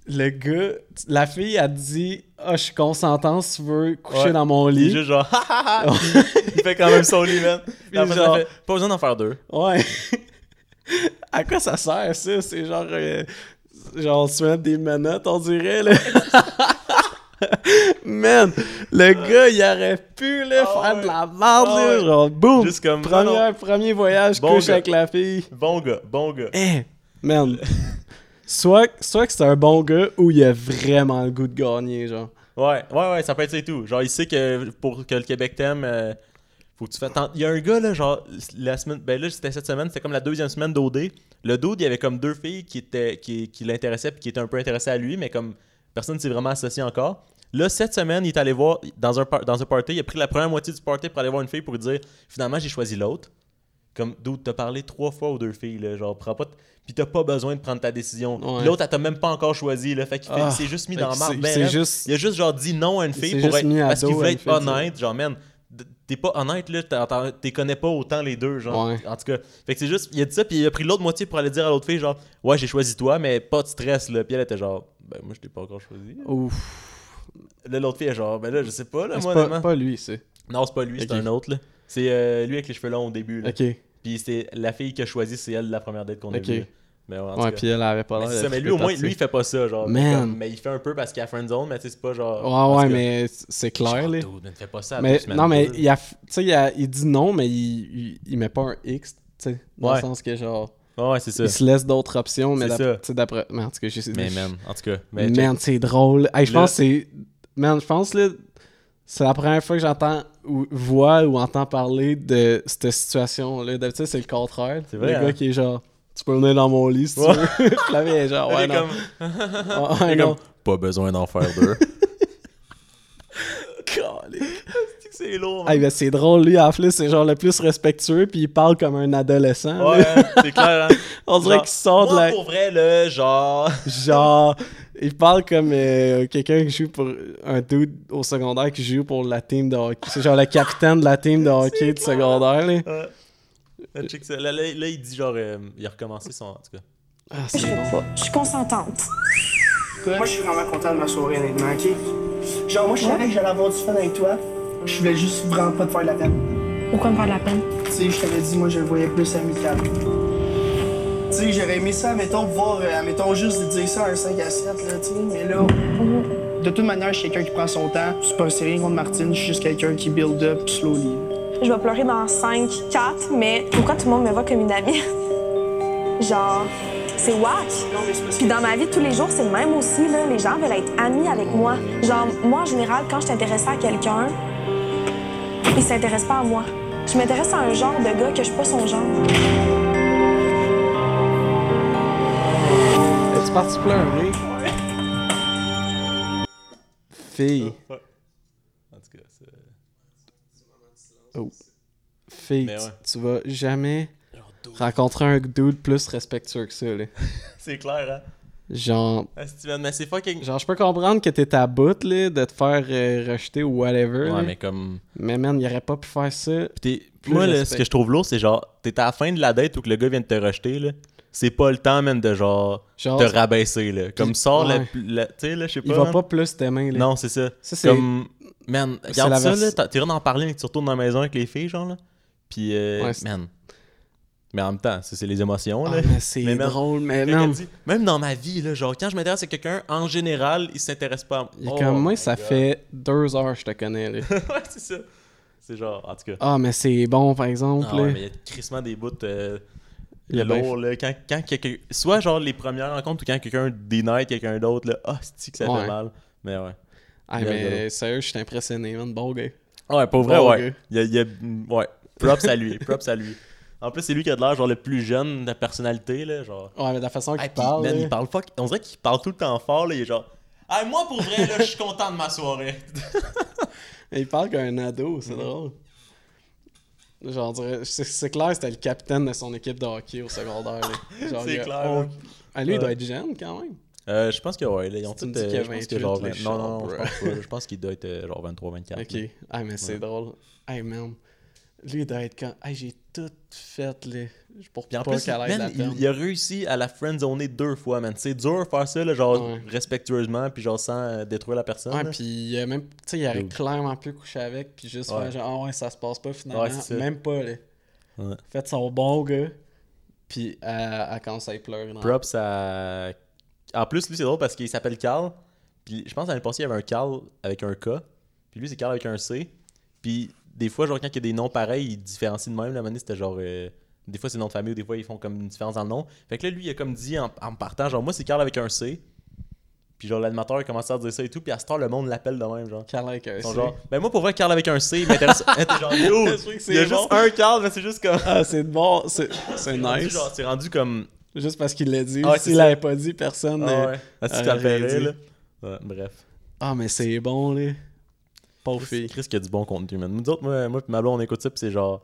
le gars, la fille a dit Ah, je suis consentant si tu veux coucher
Ouais.
dans mon
Il est
lit.
juste genre, [LAUGHS] ha ha ha! Il fait quand même son lit, man. Puis après, ça
genre-
fait, pas besoin d'en faire deux.
Ouais. [LAUGHS] à quoi ça sert ça C'est genre euh, genre se mettre des menottes, on dirait là. [LAUGHS] Man, le gars, il aurait pu là, faire de la merde, là,
Ah ouais.
genre boum.
Juste comme, non,
premier,
non.
premier voyage,
Bon
couche
gars.
avec la fille.
Bon gars, bon gars.
Eh, man. [LAUGHS] soit, soit que c'est un bon gars ou il a vraiment le goût de gagner, genre.
Ouais, ouais, ouais, ça peut être ça et tout. Genre, il sait que pour que le Québec t'aime, euh, faut que tu fasses. tant- Il y a un gars, là, genre, la semaine. Ben là, c'était cette semaine, c'était comme la deuxième semaine d'OD. Le dude, il y avait comme deux filles qui, étaient, qui, qui l'intéressaient puis qui étaient un peu intéressées à lui, mais comme personne s'est vraiment associé encore. Là, cette semaine, il est allé voir dans un, par- dans un party. Il a pris la première moitié du party pour aller voir une fille pour lui dire finalement, j'ai choisi l'autre. Comme, dude, t'as parlé trois fois aux deux filles, là, genre, prends pas. t- Puis t'as pas besoin de prendre ta décision.
Ouais.
L'autre, elle t'a même pas encore choisi, là. Fait qu'il fait-
Ah,
il s'est juste mis
fait
dans la
qu'il
marde.
s'est-
ben
c'est
raide.
juste-
Il a juste, genre, dit non à une
Il s'est
fille pour
juste
être,
mis à
parce qu'il
dos à
voulait
une
être
fille, tu
honnête. Genre, man, d- t'es pas honnête, là, t'en- t'en- t'es connais pas autant les deux, genre.
Ouais.
En tout cas, fait que c'est juste, il a dit ça, puis il a pris l'autre moitié pour aller dire à l'autre fille, genre, ouais, j'ai choisi toi, mais pas de stress, là. Puis elle était genre, ben moi, je t'ai pas encore choisi.
Ouf.
Là, l'autre fille est genre, ben là, je sais pas, là,
C'est
moi,
pas,
honnêtement.
pas lui, c'est.
Non, c'est pas lui, c'est
Ok.
un autre, là. C'est euh, lui avec les cheveux longs au début, là.
Ok.
Puis c'est la fille qui a choisi, c'est elle la première date qu'on a
Ok.
vue. Mais en tout
Ouais,
cas.
puis elle avait pas
Mais
l'air
c'est
d'être
ça, mais lui, au moins,
partie.
lui, il fait pas ça, genre.
Man.
Comme- mais il fait un peu parce qu'il a friendzone, mais tu sais, c'est pas genre.
Ouais,
parce
ouais,
que-
mais c'est clair,
Genre,
là.
dude, ne fais pas ça à
mais,
deux semaines,
Non, mais
deux.
il, a, tu sais, il, a- il dit non, mais il, il, il met pas un X, tu sais. Dans
Ouais.
le sens que, genre.
Ouais, ouais, c'est ça.
Il se laisse d'autres options, mais
C'est ça.
d'ap- tu sais, d'après. Mais en tout cas, j'ai
Mais man, en tout cas, mais
Mais man,
check.
c'est drôle. Hey, je
Là-
pense que c'est. Man, je pense, là. C'est la première fois que j'entends ou vois ou entends parler de cette situation-là. D'habitude, c'est le contraire.
C'est vrai,
Le
hein?
gars qui est genre. Tu peux venir dans mon lit si
Ouais.
tu veux. [LAUGHS] Puis la vieille est genre,
Il
ouais,
est
non.
comme-
Ouais,
Il est
non.
comme, Pas besoin d'en faire deux.
[LAUGHS]
c'est lourd.
Hey, ben, c'est drôle, lui, en plus, c'est genre le plus respectueux, puis il parle comme un adolescent.
Ouais,
là.
c'est clair. hein.
[LAUGHS] On dirait
Genre,
qu'il sort de
moi,
la-
pour vrai, là,
[LAUGHS]
genre.
Genre, il parle comme euh, quelqu'un qui joue pour. Un dude au secondaire qui joue pour la team de hockey. C'est genre le capitaine de la team de hockey du secondaire, là.
Ouais. Là, check ça. Là, là- là, il dit genre. euh, il a recommencé son. En tout cas.
Je fais pas. Je suis consentante.
Moi, je suis vraiment content de ma soirée, honnêtement, OK? Genre, moi, je savais que j'allais avoir du fun avec toi. Je voulais juste vraiment pas te faire de la peine.
Pourquoi me faire de la peine?
Tu sais, je t'avais dit, moi, je le voyais plus amical. Tu sais, j'aurais aimé ça, mettons, voir, euh, mettons, juste dire ça à un 5 à 7, là, tu sais, mais là...
Mhm.
De toute manière, je suis quelqu'un qui prend son temps. C'est pas c'est rien contre Martine, je suis juste quelqu'un qui build up slowly.
Je vais pleurer dans 5, 4, mais pourquoi tout le monde me voit comme une amie? [LAUGHS] Genre, c'est whack. Puis dans ma vie de tous les jours, c'est le même aussi. Là. Les gens veulent être amis avec moi. Genre, moi, en général, quand je t'intéresse à quelqu'un, il s'intéresse pas à moi. Je m'intéresse à un genre de gars que je suis pas son genre.
Euh.
Es-tu parti pleurer? Fille.
Ah. En tout cas, c'est.
Oh. Fille,
Mais
tu-
Ben ouais.
tu vas jamais rencontrer un dude plus respectueux que ça, là.
C'est clair, hein?
Genre,
Ah, Steven, mais c'est fucking.
genre, je peux comprendre que t'es à bout, là, de te faire euh, rejeter ou whatever.
Ouais,
là.
mais comme.
Mais man, il aurait pas pu faire ça. plus
Moi, là,
respect-
ce que je trouve lourd, c'est genre, t'es à la fin de la date ou que le gars vient de te rejeter, là. C'est pas le temps, même, de genre,
Genre-
te rabaisser, là. Comme sort
Ouais.
le. le- tu sais, là, je sais pas.
Il va
man.
pas plus t'aimer, là.
Non, c'est ça.
Ça, c'est.
Comme. Man,
c'est
regarde
la
ça,
vers-
là. t'as- T'es rien d'en parler, mais que tu retournes dans la maison avec les filles, genre, là. Puis, euh,
Ouais, c'est-
man. Mais en même temps, ça, c'est les émotions,
Ah,
là.
mais c'est
man,
drôle, mais
quelqu'un
man.
dit, même dans ma vie, là, genre, quand je m'intéresse à quelqu'un, en général, il s'intéresse pas à moi.
Et
Oh
comme moi,
my
ça
God.
fait deux heures que je te connais, là.
[LAUGHS] ouais, c'est ça. C'est genre, en tout cas.
ah, mais c'est bon, par exemple.
Ah
là.
ouais, mais il y a crissement des bouts euh,
Il y a
lourds, là. Quand, quand quelqu'un- Soit genre les premières rencontres ou quand quelqu'un dénaille quelqu'un d'autre, là, ah, c'est que ça
Ouais.
fait mal. Mais ouais.
Ah,
Il y a le
mais sérieux, je suis impressionné, man. Bon gars.
gars. Ouais, pour vrai,
Bon
ouais.
gars.
Il y a, il y a- mm, ouais. Props à lui, props à lui. En plus, c'est lui qui a de l'air genre le plus jeune de la personnalité, là, genre.
Ouais, mais de la façon
Ah,
qu'il
puis,
parle.
man,
là.
il parle fuck. On dirait qu'il parle tout le temps fort, là, il est genre... Ah, moi, pour vrai, là, je suis content de ma soirée.
Il parle comme un ado,
Mm-hmm.
c'est drôle. Genre, on dirait- c'est c'est clair, c'était le capitaine de son équipe de hockey au
[LAUGHS]
secondaire. là. Genre,
C'est
il a
clair,
on-
là.
Ah, lui, il doit
Ouais.
être jeune quand même.
[LAUGHS] Euh, je pense que ouais, là, ils ont
Si tu me
tous,
dis
euh,
qu'il y a
je pense
28,
que genre
là,
20
je
non, non, non,
suis
je
genre,
pense pas. Je pense qu'il doit être euh, genre 23 24.
Ok. Ah, mais c'est drôle. Hey, man. Lui, il doit être quand. Hey, j'ai tout fait, là. Pour
Puis en
pas
plus,
qu'elle aille
man,
la
il,
tête.
il a réussi à la friendzoner deux fois, man. C'est dur de faire ça, là, genre
Ouais.
respectueusement, puis genre sans euh, détruire la personne.
Ouais,
là.
puis il a même. Tu sais, il aurait
Dude.
clairement pu coucher avec, puis juste
Ouais.
faire genre, ah ouais, ça se passe pas finalement.
Ouais, c'est ça.
même pas, là.
Ouais.
Faites son bon gars, puis euh, elle, elle commence à y pleurer. dans-
Props à. En plus, lui, c'est drôle parce qu'il s'appelle Carl. Puis je pense l'année passée, il y avait un Carl avec un K. Puis lui, c'est Carl avec un C. Puis des fois, genre, quand il y a des noms pareils, ils différencient de même. La manière, c'était genre. euh, Des fois, c'est nom de famille ou des fois, ils font comme une différence dans le nom. Fait que là, lui, il a comme dit en, en me partant, genre, moi, c'est Carl avec un C. Puis genre, l'animateur a commencé à dire ça et tout. Puis à ce temps, le monde l'appelle de même, genre.
Carl avec un
Ils sont
C.
genre, ben moi, pour vrai, Carl avec un C, il
[LAUGHS]
m'intéresse. Hein, t'es genre, yo,
Le truc, c'est
il y a
bon.
juste un Carl, mais c'est juste comme.
Ah, c'est bon, c'est c'est
C'est rendu
[LAUGHS] nice.
genre, C'est rendu comme.
Juste parce qu'il l'a dit.
Ah, c'est
S'il
ça.
l'avait pas dit, personne.
Ah
euh,
ouais. Ah, si tu
aurait
t'appellerais,
dit.
là. Ouais, bref.
Ah, mais c'est bon, là. Pauvre fille.
Chris qui a du bon contenu, man. Nous autres, moi, moi pis ma blonde, on écoute ça, pis c'est genre.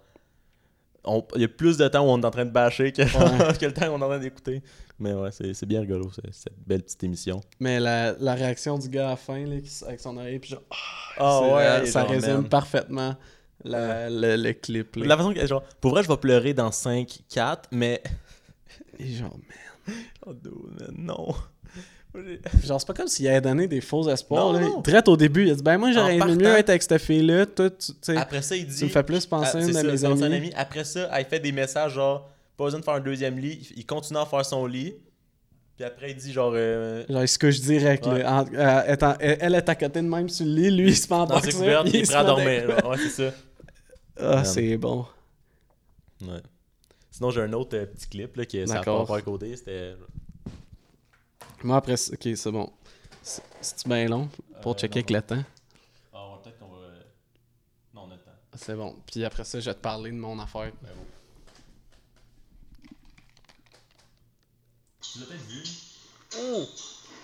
on- Il y a plus de temps où on est en train de bâcher que,
Ouais.
[LAUGHS] que le temps où on est en train d'écouter. Mais ouais, c'est c'est bien rigolo, ce- cette belle petite émission.
Mais la, la réaction du gars à la fin, là, qui- avec son oreille, puis genre.
Ah
c'est-
ouais,
euh,
il est
ça
genre,
résume
man.
parfaitement la- le, le clip. Là.
La façon que, genre, pour vrai, je vais pleurer dans 5, 4, mais.
Et genre,
Oh, dude, man, non. Moi, j'ai-
Genre, c'est pas comme s'il avait donné des faux espoirs.
Non,
là.
non.
Direct au début, il a dit Ben, moi,
En
j'aurais aimé
partant-
mieux être avec cette fille-là. Toi, tu tu sais.
Après ça, il dit.
Tu me fais plus penser à
Ah,
une
c'est
de
ça,
mes
c'est un
amies.
ami. Après ça, elle fait des messages genre, pas besoin de faire un deuxième lit. Il continue à faire son lit. Puis après, il dit genre. euh,
Genre, il se couche direct.
Ouais.
là. En- euh, étant- elle, elle est à côté de même sur le lit. Lui, il se met en
dans ses
boxeur,
couvertes, il est
se
prêt à
met dans-
dormir. genre. Ouais, c'est ça.
Ah, c'est bon.
Ouais. Sinon, j'ai un autre euh, petit clip là, qui est
D'accord.
pas à côté. C'était. euh,
Moi, après, ça- ok, c'est bon. C'est- C'est-tu bien long
Euh,
pour checker avec le temps?
Ah, ouais, peut-être qu'on va. Non, on a le temps.
C'est bon. Puis après ça, je vais te parler de mon affaire.
Tu l'as peut-être vu.
Oh!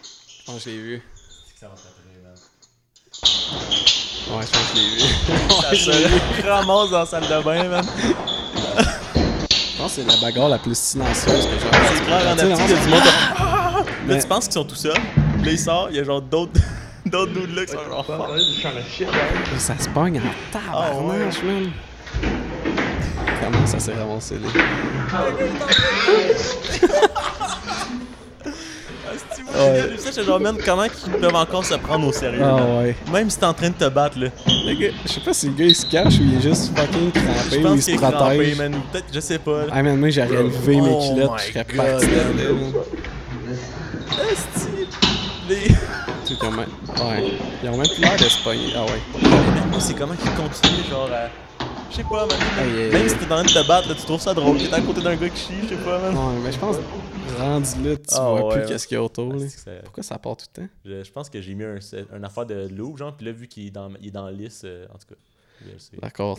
Je pense que je l'ai vu.
C'est que ça va t'attirer, man.
Ouais, je pense que je l'ai vu.
[LAUGHS] Ça
Ouais, je l'ai vu.
se ramasse dans la salle de bain, man.
Je pense que c'est la bagarre la plus silencieuse que j'ai entendue.
C'est clair, hein, en
Ah, Tu sais,
Abitibi, il y a du monde.
vraiment, ça-
Là,
Mais-
tu penses qu'ils sont tout seuls. Là, ils sortent, il y a genre d'autres. [LAUGHS] D'autres dudes là qui sont genre.
Mais ça se pogne en
Ah
tabarnage, man. Comment ça s'est ramassé, là?
Ouais. J'ai vu ça, j'étais genre, man, comment ils peuvent encore se prendre au sérieux?
Ah
man?
ouais.
Même si t'es en train de te battre, là.
Le gars, je sais pas si le gars il se cache ou il est juste fucking
Je
crampé ou
pense
il
qu'il
se
est crampé,
protège.
man. ou Peut-être, je sais pas. là.
Ah, man, moi j'aurais levé mes
Oh
culottes,
my
je serais
God,
parti de
man.
là, man. Ah.
Esti, les-
Tu sais, ils ont même- Ouais. Ils ont même plus l'air de se pogner. Ah ouais.
Moi, c'est comment qu'ils continuent, genre, à... Je sais pas, man.
Aïe, aïe,
Même
aïe.
si t'es en train de te battre, là, tu trouves ça drôle. T'es à côté d'un gars qui chie, je sais pas, man.
Ouais, mais je pense. Rendu là, tu
Ah,
vois
ouais.
plus qu'est-ce qu'il y a autour. là.
Ah, c'est que ça-
Pourquoi ça part tout le temps?
Je, je pense que j'ai mis un, set- une affaire de loup, genre, puis là, vu qu'il est dans, il est dans lisse, euh, en tout cas. je le sais.
D'accord.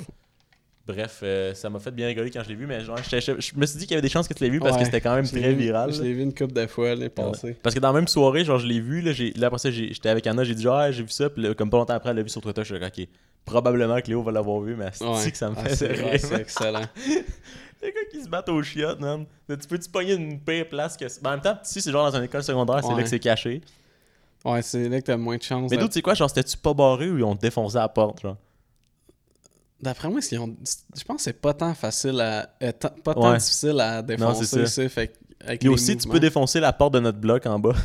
Bref, euh, ça m'a fait bien rigoler quand je l'ai vu, mais genre, j'étais- je, je me suis dit qu'il y avait des chances que tu l'aies vu parce que
Ouais.
c'était quand même
Je l'ai
très
vu-
viral.
Je
là. Ah
l'ai vu une couple de fois l'année passée.
Parce que dans la même soirée, genre, je l'ai vu, là, j'ai- là, après ça, j'ai- j'étais avec Anna, j'ai dit, genre, Ah, j'ai vu ça, puis là, comme pas longtemps après, elle l'a vu sur Twitter, je suis comme, ok, probablement que Léo va l'avoir vu, mais
Ouais.
c'est que ça me
Ah,
fait
c'est
rire.
vrai, c'est excellent.
[LAUGHS] Les gars qui se battent aux chiottes, man. Tu peux-tu pogner une pire place que. ça? Mais en même temps, si c'est genre dans une école secondaire, c'est là
Ouais.
que c'est caché.
Ouais, c'est là que t'as moins de chance.
Mais
d'être-
d'où, tu sais quoi, genre, c'était-tu pas barré ou ils ont défoncé la porte, genre?
D'après moi, s'ils ont- je pense que c'est pas tant facile à. euh, tant- pas tant
Ouais.
difficile à défoncer
c'est ça.
ça, fait que avec
Et
les
aussi, tu
mouvements-
peux défoncer la porte de notre bloc en
[LAUGHS]
bas.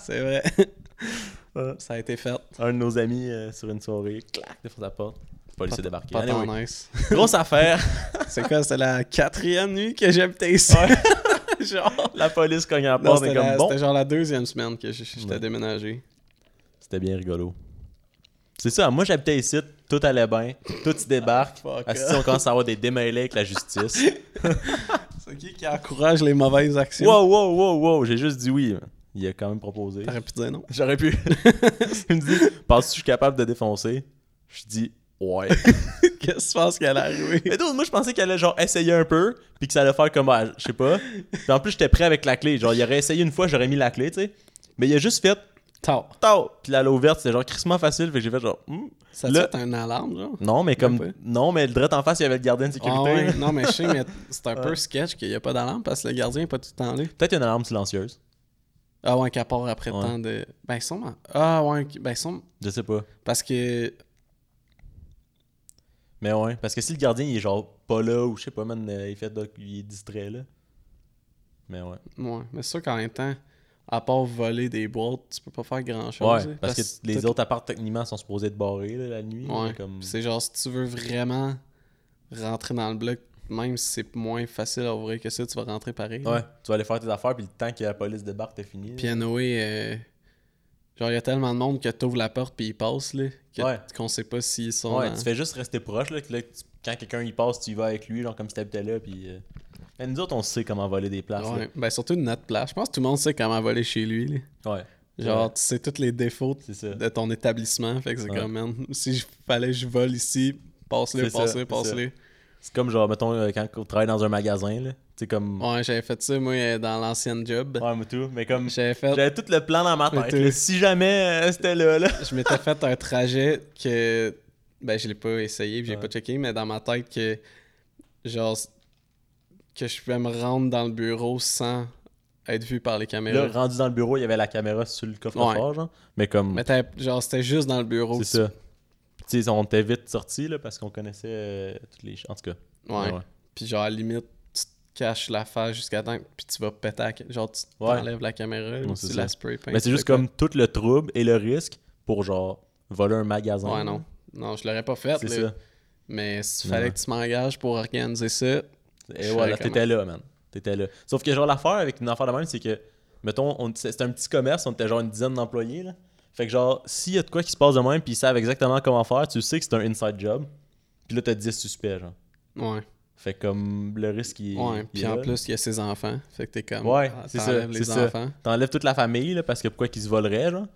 c'est vrai. [LAUGHS] ça a été fait.
Un de nos amis euh, sur une soirée, clac, défonce la porte. La police est
Pas-
débarquée.
pas tant
Anyway.
nice.
Grosse affaire.
C'est quoi, c'est la quatrième nuit que j'habitais ici? [LAUGHS] genre.
La police cogne à la
Non,
porte,
C'était
est comme
la-
bon.
c'était genre la deuxième semaine que j- j'étais déménagé.
C'était bien rigolo. C'est ça, moi j'habitais ici, tout allait bien, tout y débarque.
Ah, Fuck
Assis,
off.
on commence à avoir des démêlés avec la
[LAUGHS]
justice.
C'est qui qui encourage les mauvaises actions?
Wow, wow, wow, wow, j'ai juste dit oui. Il a quand même proposé. [LAUGHS]
T'aurais pu dire non.
J'aurais pu. Il me dit Penses-tu que je suis capable de défoncer Je dis
[LAUGHS]
Ouais.
[LAUGHS] Qu'est-ce que tu penses qu'elle allait arriver?
Mais d'autres, moi je pensais qu'elle allait genre essayer un peu, puis que ça allait faire comme ah, je sais pas. Puis en plus, j'étais prêt avec la clé. Genre, il aurait essayé une fois, j'aurais mis la clé, tu sais. Mais il a juste fait
Tao.
Tao. Puis là, elle a ouverte, c'était genre crissement facile, fait que j'ai fait genre Hmm.
Ça
Là-
te fait un alarme, genre?
Non, mais
Même
comme. Non, mais le drette en face, il y avait le gardien de sécurité.
Ah ouais,
là.
Non, mais je sais, mais c'est un
[LAUGHS]
peu
Ouais.
sketch qu'il n'y a pas d'alarme parce que le gardien n'est pas tout le temps là.
Peut-être qu'il y a une alarme silencieuse.
Ah ouais, qu'à part après
Ouais.
tant de. Ben, sûrement. Ah ouais, ok, ben, sûrement.
Je sais pas.
Parce que.
Mais ouais, parce que si le gardien, il est genre pas là, ou je sais pas, man, euh, il fait doc- il est distrait là. Mais ouais.
Ouais, mais c'est sûr qu'en même temps, à part voler des boîtes, tu peux pas faire grand chose.
Ouais, parce, que les autres apparts techniquement sont supposés être barrés là, la nuit. là,
Ouais.
Comme...
Puis C'est genre, si tu veux vraiment rentrer dans le bloc, même si c'est moins facile à ouvrir que ça, tu vas rentrer pareil.
Ouais, tu vas aller faire tes affaires, puis le temps que la police débarque, t'es fini. là.
Puis à Noé, euh, genre, il y a tellement de monde que t'ouvres la porte puis ils passent, là. que-
Ouais.
Qu'on sait pas s'ils sont.
Ouais,
dans-
tu fais juste rester proche. Là, que là, tu- quand quelqu'un y passe, tu y vas avec lui, genre comme si t'habitais là. Puis. euh, mais nous autres, on sait comment voler des places.
Ouais. Ben, surtout de notre place. Je pense que tout le monde sait comment voler chez lui. là.
là. Ouais.
Genre,
Ouais.
tu sais tous les défauts de ton établissement. Fait que c'est
Ouais.
comme, man, si je- fallait que je vole ici, passe-le,
C'est ça,
passe-le,
c'est
passe-le.
ça. C'est comme genre, mettons, euh, quand on travaille dans un magasin, là. Tu sais, comme.
Ouais, j'avais fait ça, moi, euh, dans l'ancienne job.
Ouais, moi tout. Mais comme.
J'avais fait.
J'avais tout le plan dans ma
Mais
tête.
t'es-
là. si jamais euh, c'était là, là.
je m'étais fait un trajet que ben je l'ai pas essayé puis j'ai pas checké mais dans ma tête que genre que je pouvais me rendre dans le bureau sans être vu par les caméras
Là, rendu dans le bureau, il y avait la caméra sur le coffre-fort,
Ouais.
genre. Mais comme.
mais t'avais- genre c'était juste dans le bureau
C'est ça. Puis, Tu sais, on était vite sortis, là, parce qu'on connaissait euh, toutes les. En tout cas.
ouais, puis genre à la limite tu te caches la face jusqu'à temps que- puis tu vas péter la ca- genre tu t'enlèves la caméra
Ouais,
ou
c'est
tu
ça.
la spray paint
Mais c'est
ou
juste
de Ben, quoi.
comme tout le trouble et le risque pour, genre, voler un magasin.
ouais non non je l'aurais pas fait
C'est
là.
ça.
mais s'il
Non,
fallait
non.
que tu m'engages pour organiser ça
Et voilà,
je savais comment.
t'étais là, man. T'étais là. Sauf que, genre, l'affaire avec une affaire de même, c'est que, mettons, on- c'est c'est un petit commerce, on était genre une dizaine d'employés, là. Fait que, genre, s'il y a de quoi qui se passe de même, puis ils savent exactement comment faire, tu sais que c'est un inside job. Puis là, t'as 10 suspects, genre.
ouais
Fait que, comme, le risque, il.
Ouais,
il
puis
est
en
là.
plus, il y a ses enfants. Fait que t'es comme.
Ouais,
ah,
c'est ça.
t'enlèves
c'est
les
ça.
enfants.
T'enlèves toute la famille, là, parce que pourquoi qu'ils se voleraient, genre.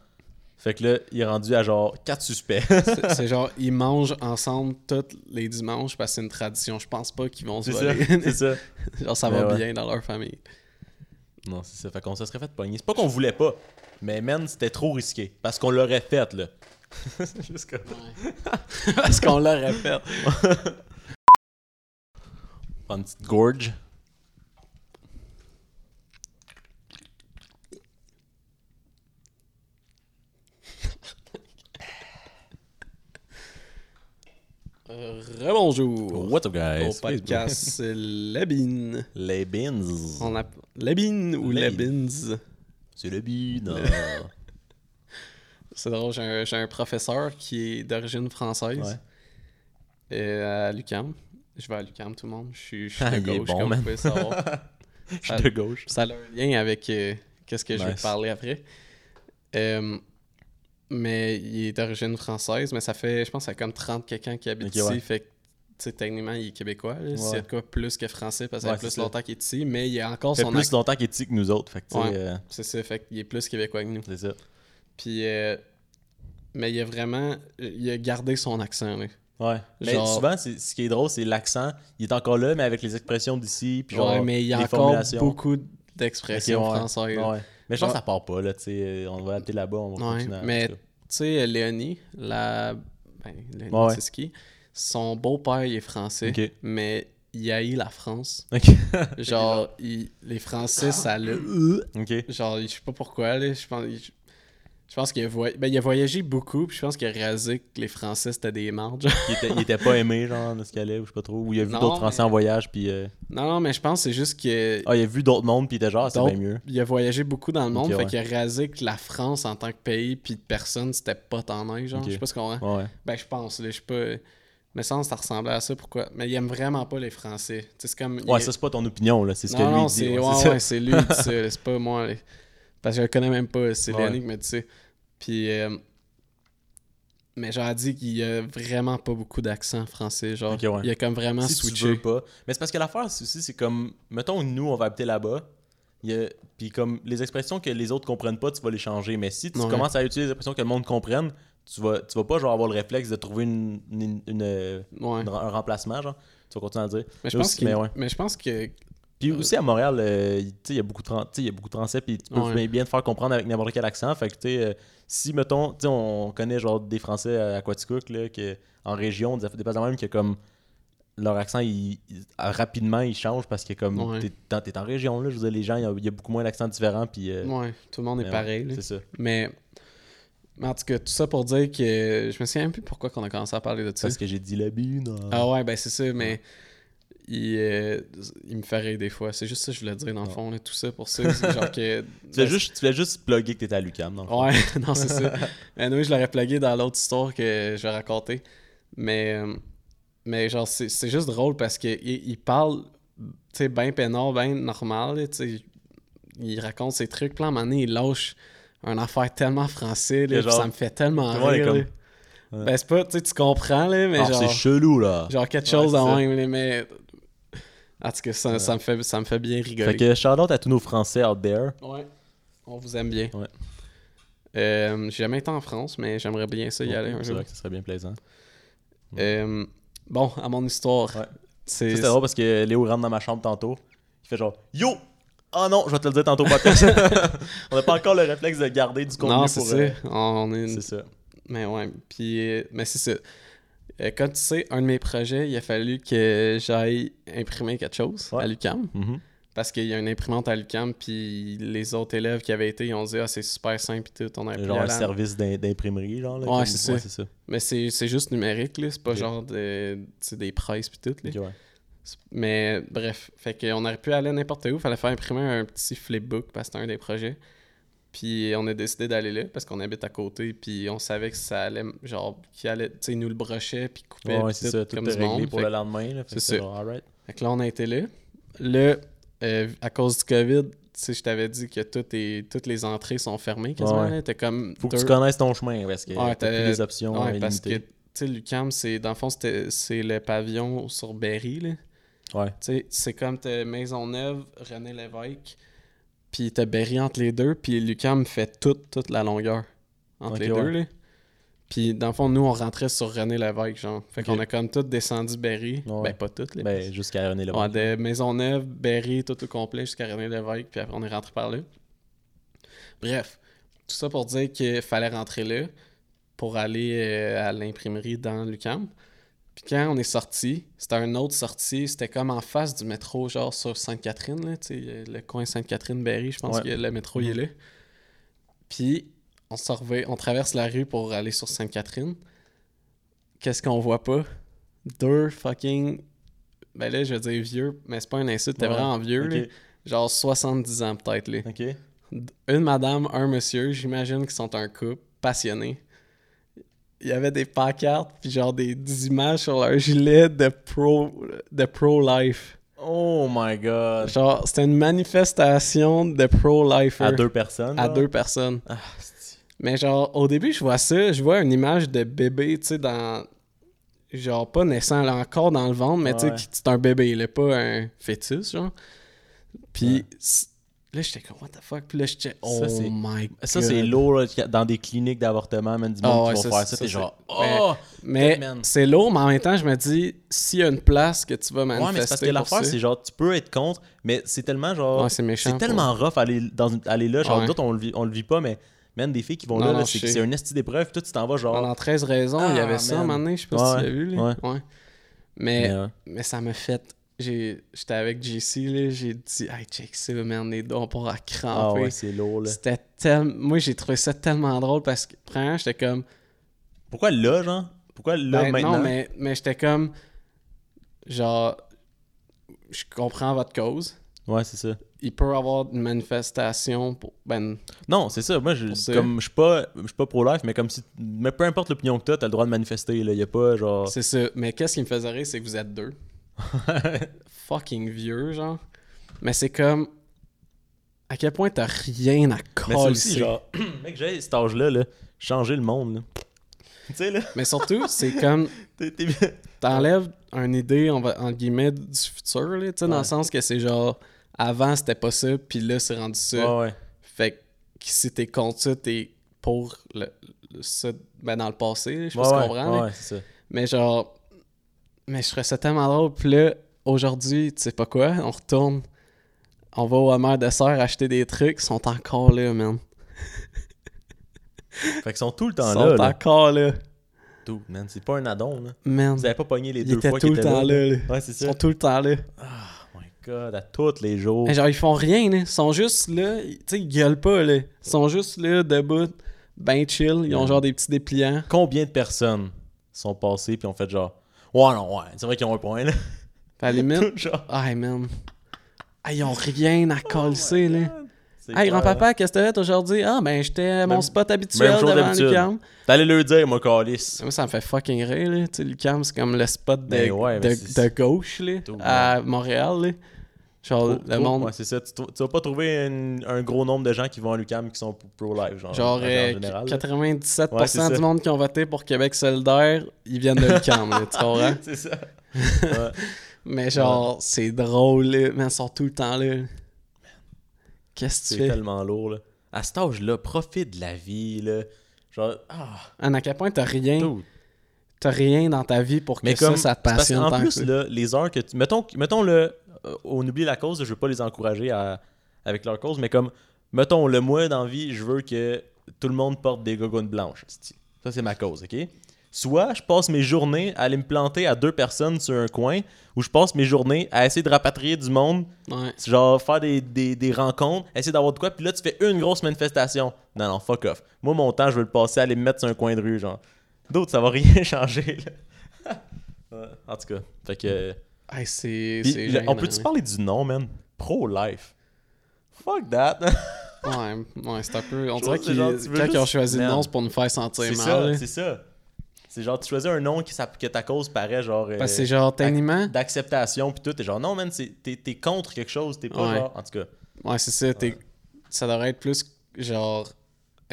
Fait que là, il est rendu à genre 4
[LAUGHS]
suspects.
C'est- c'est genre, ils mangent ensemble tous les dimanches parce que c'est une tradition. Je pense pas qu'ils vont se
C'est ça,
voler.
c'est ça.
[LAUGHS] genre, ça
Mais
va
ouais.
bien dans leur famille.
Non, c'est ça. Fait qu'on se serait fait pogner. C'est pas qu'on voulait pas, mais man, c'était trop risqué. Parce qu'on l'aurait fait,
[LAUGHS]
là. Juste comme-
parce qu'on l'aurait fait.
Prends une petite gorge.
Euh, Rebonjour.
What up, guys?
Au podcast,
[LAUGHS]
c'est Labine.
Les beans.
On app- Labine ou Labins.
C'est le
[LAUGHS]
bin.
C'est drôle, j'ai un, j'ai un professeur qui est d'origine française. Euh, à l'UCAM. Je vais à l'UCAM, tout le monde. Je suis, je suis de
Ah, Il est
gauche,
bon,
comme
man.
vous pouvez savoir.
[LAUGHS] Je suis
Ça-
de gauche.
Ça a un lien avec euh, qu'est-ce que je vais
Nice.
parler après. Euh, mais il est d'origine française, mais ça fait, je pense, ça fait comme 30 quelqu'un qui habite
Ok,
ici.
ouais.
Fait que sais, techniquement, il est québécois. là. S'il y a
Ouais.
de quoi plus que français, parce que ça
Ouais,
fait plus
c'est ça.
longtemps qu'il est ici, mais il a encore
fait
son
plus longtemps qu'il est petit que nous autres. Fait que, tu sais,
Ouais,
euh,
C'est ça, fait qu'il est plus québécois que nous.
C'est ça.
Puis, euh, mais il a vraiment, il a gardé son accent, là.
Ouais. Mais
Genre-
souvent, c'est- ce qui est drôle, c'est l'accent. Il est encore là, mais avec les expressions d'ici. Puis
Ouais,
genre,
mais il y a
les
encore
formulations.
beaucoup
Ok,
d'expressions
ouais.
françaises. là.
Ouais. Mais je pense
Genre-
que ça part pas, là. Tu sais, euh, on va appeler là-bas, on va
Ouais,
continuer. à- en
mais tu
tout cas.
sais, euh, Léonie, la... ben, Léonie
Ouais, ouais.
c'est ce qui son beau-père, il est français,
Ok.
mais il haït la France.
Ok. [LAUGHS]
Genre, il- les Français, ça le... Genre, je sais pas pourquoi, là, je pense... je- je pense qu'il a, voy- ben, il a voyagé beaucoup, puis je pense qu'il a réalisé que les Français, c'était des mardes. genre.
Il était, il était
[LAUGHS]
pas aimé, genre, de ce qu'il allait, ou je sais pas trop. Ou il a vu
Non,
d'autres Français
mais-
en voyage, puis. euh,
Non, non, mais je pense que c'est juste que...
Ah, il a vu d'autres mondes, puis il était genre, ah, c'est
Donc,
bien mieux.
Il a voyagé beaucoup dans le monde,
Ok,
fait
ouais.
qu'il a réalisé que la France en tant que pays puis de personne, c'était pas tant nice, genre.
Ok.
Je sais pas ce qu'on comprend.
Ouais, ouais.
Ben, je pense, là, je sais pas. Mais ça, ça ressemblait à ça, pourquoi Mais il aime vraiment pas les Français. Tu sais, c'est comme. il-
Ouais, ça, c'est pas ton opinion, là. C'est ce que
Non,
lui
non,
dit.
c'est-
ouais,
ouais,
ça.
ouais, c'est lui qui dit
[LAUGHS]
ça, là, c'est pas moi. là. Parce que je le connais même pas, c'est
Ouais.
Léonique, mais tu sais. Puis. euh, Mais j'aurais dit qu'il y a vraiment pas beaucoup d'accent français, genre.
Ok, ouais.
Il y a comme vraiment
si tu
switché.
veux pas. Mais c'est parce que l'affaire c'est aussi, c'est comme, mettons, nous, on va habiter là-bas. il y a- Puis comme les expressions que les autres comprennent pas, tu vas les changer. Mais si tu
Ouais.
commences à utiliser des expressions que le monde comprenne, tu vas, tu vas pas genre avoir le réflexe de trouver une, une- une- une- un remplacement, genre. Tu vas continuer à le dire.
Mais je
Là
pense
aussi,
qu'il-
ouais. Euh,
mais je pense que.
Puis aussi à Montréal, euh, tu sais, il y a beaucoup de Fran- tu sais, il y a beaucoup de français, puis tu peux
Ouais.
bien, bien te faire comprendre avec n'importe quel accent. Fait que tu sais, euh, si mettons, tu sais, on connaît genre des Français à Quaticook là, que en région, des pas même que comme leur accent, il, il- ah, rapidement, il change parce que comme
Ouais.
t'es, dans- t'es en région là, je veux dire, les gens, il y a- il y, a beaucoup moins d'accents différents, puis. euh,
Ouais, tout le monde
mais
est
ouais,
pareil. là.
c'est ça.
Mais, mais en tout cas, tout ça pour dire que je me souviens un peu pourquoi qu'on a commencé à parler de ça.
Parce que j'ai dit la bune. hein.
Ah ouais, ben c'est ça, mais il, euh, il me fait rire des fois. C'est juste ça que je voulais dire dans le fond, là, tout ça pour ça. c'est genre
[LAUGHS]
que. ben,
Tu voulais juste, tu voulais juste plugger que t'étais à l'UCAM, dans le fond.
Ouais, [LAUGHS] non, c'est
[LAUGHS]
ça. Mais oui, je l'aurais plugué dans l'autre histoire que je vais raconter. Mais, euh, mais genre, c'est c'est juste drôle parce qu'il il il parle, tu sais, ben peinard, ben normal, là, tu sais. Il raconte ses trucs, puis là, à un moment donné, il lâche un affaire tellement français, là,
Que
puis
genre-
ça me fait tellement
Tout le monde est
rire,
comme-
là. Ben, c'est pas, tu sais, tu comprends, là, mais
Ah,
genre...
c'est chelou, là.
Genre quelque
Ouais,
chose
c'est
de
ça.
même, là, mais... En tout cas, ça, ça me fait, ça me fait bien rigoler.
Fait que shout-out à tous nos Français out there.
Ouais. On vous aime bien.
Ouais.
Euh, j'ai jamais été en France, mais j'aimerais bien ça y
Ouais,
aller un
c'est
jour.
vrai que ce serait bien plaisant.
Euh, bon, à mon histoire.
Ça,
C'est
C'était drôle parce que Léo rentre dans ma chambre tantôt. Il fait genre Yo! Ah non, je vais te le dire tantôt au podcast. [LAUGHS] On n'a pas encore le réflexe de garder du contenu
Non, c'est
pour.
ça.
euh,
On est une-
C'est ça.
Mais ouais, puis euh, mais c'est ça. Euh, Comme tu sais, un de mes projets, il a fallu que j'aille imprimer quelque chose à l'UCAM.
Mhm.
Parce qu'il y a une imprimante à l'UCAM, puis les autres élèves qui avaient été, ils ont dit Ah, c'est super simple, puis tout. On a
Genre un
appris à la-
service d'im- d'imprimerie, genre. Là,
Ouais,
comme-
c'est ça.
ouais, c'est ça.
Mais c'est c'est juste numérique, là. C'est pas
Ok.
genre de, tu sais, des presses pis tout, là.
Ok, ouais.
C'est- Mais bref, fait qu'on aurait pu aller n'importe où. Fallait faire imprimer un petit flipbook parce que c'était un des projets. Puis on a décidé d'aller là parce qu'on habite à côté. Puis on savait que ça allait, genre, qu'il allait, tu sais, nous le brochait puis coupait.
Ouais, ouais,
pis
c'est ça. Tout
comme
est
du
réglé
monde.
pour
Fait
le
que-
lendemain, là. Fait que
C'est
c'est
ça.
genre, all right.
Fait que là, on a été là. Là, euh, à cause du COVID, tu sais, je t'avais dit que toutes, tes- toutes les entrées sont fermées quasiment.
Ouais.
là. T'as comme
Faut que tu
deux-
connaisses ton chemin parce que
Ouais,
t'as
t'as-
plus les options.
ouais,
euh,
parce que, tu
illimitées.
sais, l'UCAM, c'est, dans le fond, c'était- c'est le pavillon sur Berry, là.
Ouais.
Tu sais, c'est comme t'as Maisonneuve, René Lévesque, puis t'as Berry entre les deux, puis l'UCAM fait toute, toute la longueur entre
Ok,
les deux,
ouais.
là. Puis, dans le fond, nous, on rentrait sur René Lévesque, genre. Fait
Ok.
qu'on a comme tout descendu Berry.
Ouais.
Ben, pas toutes, là.
Ben, jusqu'à René Leblanc.
Ouais, de Maisonneuve, Berry, tout au complet, jusqu'à René Lévesque, puis après on est rentré par là. Bref, tout ça pour dire qu'il fallait rentrer là pour aller euh, à l'imprimerie dans l'UCAM. Puis quand on est sorti, c'était un autre sortie, c'était comme en face du métro, genre sur Sainte-Catherine, là, tu sais, euh, le coin Sainte-Catherine-Berry, je pense
Ouais.
que le métro il est là. Puis on se revient- on traverse la rue pour aller sur Sainte-Catherine. Qu'est-ce qu'on voit pas? Deux fucking. Ben là, je veux dire vieux, mais c'est pas une insulte, t'es
Ouais,
vraiment vieux,
ok.
là. Genre 70 ans peut-être, là.
Ok.
D- Une madame, un monsieur, j'imagine qu'ils sont un couple passionné. Il y avait des pancartes, puis genre des, des images sur leur gilet de pro de pro-life.
Oh my god.
Genre, c'était une manifestation de pro-life.
À deux personnes,
À
genre? Ah,
deux personnes. Mais genre, au début, je vois ça, je vois une image de bébé, tu sais, dans. genre pas naissant, là, encore dans le ventre, mais tu sais,
Ouais.
qui- c'est un bébé, il est pas un fœtus, genre. Puis c- là, j'étais comme, what the fuck? Puis là, j'étais, oh
Ça, c'est-
my god.
Ça, c'est lourd là, dans des cliniques d'avortement, même du
Ah
monde
ouais,
qui
ça,
vont faire ça.
ça,
T'es
c'est-
genre,
Mais-
oh!
Mais
Batman.
c'est lourd, mais en même temps, je me dis, s'il y a une place que tu vas manifester.
Ouais, mais c'est parce que
pour
l'affaire,
ça-
c'est genre, tu peux être contre, mais c'est tellement genre.
Ouais, c'est méchant,
tellement rough aller, dans une- aller là. Genre,
Ouais.
nous autres, on le, vit, on le vit pas, mais même des filles qui vont
Non,
là,
non,
là,
je
c'est
sais.
c'est une esti d'épreuve, puis toi, tu t'en vas genre.
Pendant 13 raisons, il y
Ah,
avait ça à un
man.
moment donné, je sais pas
Ouais,
si tu l'as vu. Là.
ouais.
Ouais. Mais,
Mais,
mais,
ouais.
ça m'a fait. j'ai- J'étais avec JC, là, j'ai dit, hey, check ça, man, les doigts, on pourra cramper.
Ah ouais, c'est lourd, là.
C'était tellement. Moi, j'ai trouvé ça tellement drôle parce que, premièrement, j'étais comme.
Pourquoi là, genre Pourquoi là
Ben,
maintenant
Non, mais, mais j'étais comme. Genre. Je comprends votre cause.
Ouais, c'est ça.
Il peut y avoir une manifestation pour. Ben,
Non, c'est ça. Moi, je
Pour ça.
comme je suis pas, je suis pas pro-life, mais comme si, mais peu importe l'opinion que t'as, t'as le droit de manifester. Là, y a pas genre.
C'est ça. Mais qu'est-ce qui me faisait rire, c'est que vous êtes
[LAUGHS]
deux. Fucking vieux, genre. Mais c'est comme. À quel point t'as rien à
Mais c'est
coller.
aussi genre, [CLEARS THROAT] mec, j'ai cet âge-là, là, changer le monde. Là. [LAUGHS] tu sais là.
Mais surtout, c'est comme. T'enlèves une idée, on va, entre guillemets, du futur, là, tu sais, dans
Ouais.
le sens que c'est genre. Avant, c'était pas ça, puis là, c'est rendu ça.
Ouais, ouais.
Fait que si t'es contre ça, t'es pour le, le- ça, ben, dans le passé, je sais pas
Ouais,
si
ouais,
tu comprends.
ouais,
là.
ouais, c'est ça.
Mais genre, mais je ferais ça tellement drôle. Puis là, aujourd'hui, tu sais pas quoi, on retourne, on va au Hammer de Serre acheter des trucs, ils sont encore là, man.
Fait qu'ils sont tout le temps
Ils
là.
sont
là.
encore là.
Tout, man, c'est pas un addon. Là.
Man.
Vous avez pas pogné les
Ils
deux
étaient
fois
tout
qu'ils
le
étaient
temps là. là.
Ouais, c'est ça. Oh
Ils sont tout le temps là.
God, à tous les jours.
Mais genre, ils font rien, là. Ils sont juste là, ils- tu sais, ils gueulent pas, là. Ils sont juste là, debout, ben chill, ils ont genre des petits dépliants.
Combien de personnes sont passées puis ont fait genre, ouais, non, ouais, c'est vrai qu'ils ont un
[LAUGHS]
point là.
Fait à la
[LAUGHS]
limite, ah, man. Ah, ils ont rien
Oh
à coller, là.
C'est
Hey,
clair,
grand-papa, qu'est-ce que t'as fait aujourd'hui? Ah, ben, j'étais à mon
Même-
spot habituel
Même chose
devant l'UQAM.
d'habitude. T'allais leur dire, moi, Calis.
Moi, ça me fait fucking rire, là. Tu sais, l'UQAM, c'est comme le spot de,
Ben ouais,
de,
mais c'est-
de gauche, là, à Montréal, là. Genre,
Trop-
le
trop-
monde...
ouais, c'est ça. Tu, trou- tu vas pas trouver une- un gros nombre de gens qui vont à l'UCAM qui sont p- pro-life. Genre,
Genre,
en
euh,
général, là.
97%
Ouais, c'est ça.
du monde qui ont voté pour Québec solidaire, ils viennent de l'UQAM, là,
[LAUGHS]
tu comprends?
C'est ça.
Mais genre, c'est drôle, là. Mais ils sont tout le temps là. Qu'est-ce que
C'est
tu fais?
tellement lourd. Là. À cet âge-là, profite de la vie. Là. Genre, ah.
Anne, à quel point t'as rien...
Dude.
T'as rien dans ta vie pour que
Mais comme,
ça, ça te
c'est parce
passionne
qu'en
tant que
plus,
ça.
là, les heures que tu. Mettons, mettons le. euh, on oublie la cause, je veux pas les encourager à, avec leur cause, mais comme. Mettons, le mois d'envie, je veux que tout le monde porte des gogones blanches. c'ti. Ça, c'est ma cause, OK? Soit je passe mes journées à aller me planter à deux personnes sur un coin, ou je passe mes journées à essayer de rapatrier du monde,
Ouais.
genre faire des, des- des rencontres, essayer d'avoir de quoi, puis là tu fais une grosse manifestation. Non, non, fuck off. Moi, mon temps, je veux le passer à aller me mettre sur un coin de rue, genre. D'autres, ça va rien [LAUGHS] changer, là. Ouais, en tout cas, fait que.
Hey, c'est. hein.
Puis
c'est
le-
gênant,
on peut-tu
ouais.
parler du nom, man? Pro-life. Fuck that. [LAUGHS]
Ouais, ouais c'est un peu. On
Je
dirait
pense que c'est genre, tu
qu'ils
veux
quand ils ont
juste-
choisi le
Man.
nom, c'est pour nous faire sentir
C'est
mal. hein.
ça,
là.
c'est ça. C'est genre, tu choisis un nom qui, s'app- que ta cause paraît genre.
Parce que
euh,
c'est genre,
d'ac-
techniquement-
D'acceptation, puis tout. T'es genre, non, man, c'est- t'es t'es contre quelque chose, t'es pas
Ouais.
genre. En tout cas.
Ouais, c'est ça. t'es- Ça devrait être plus genre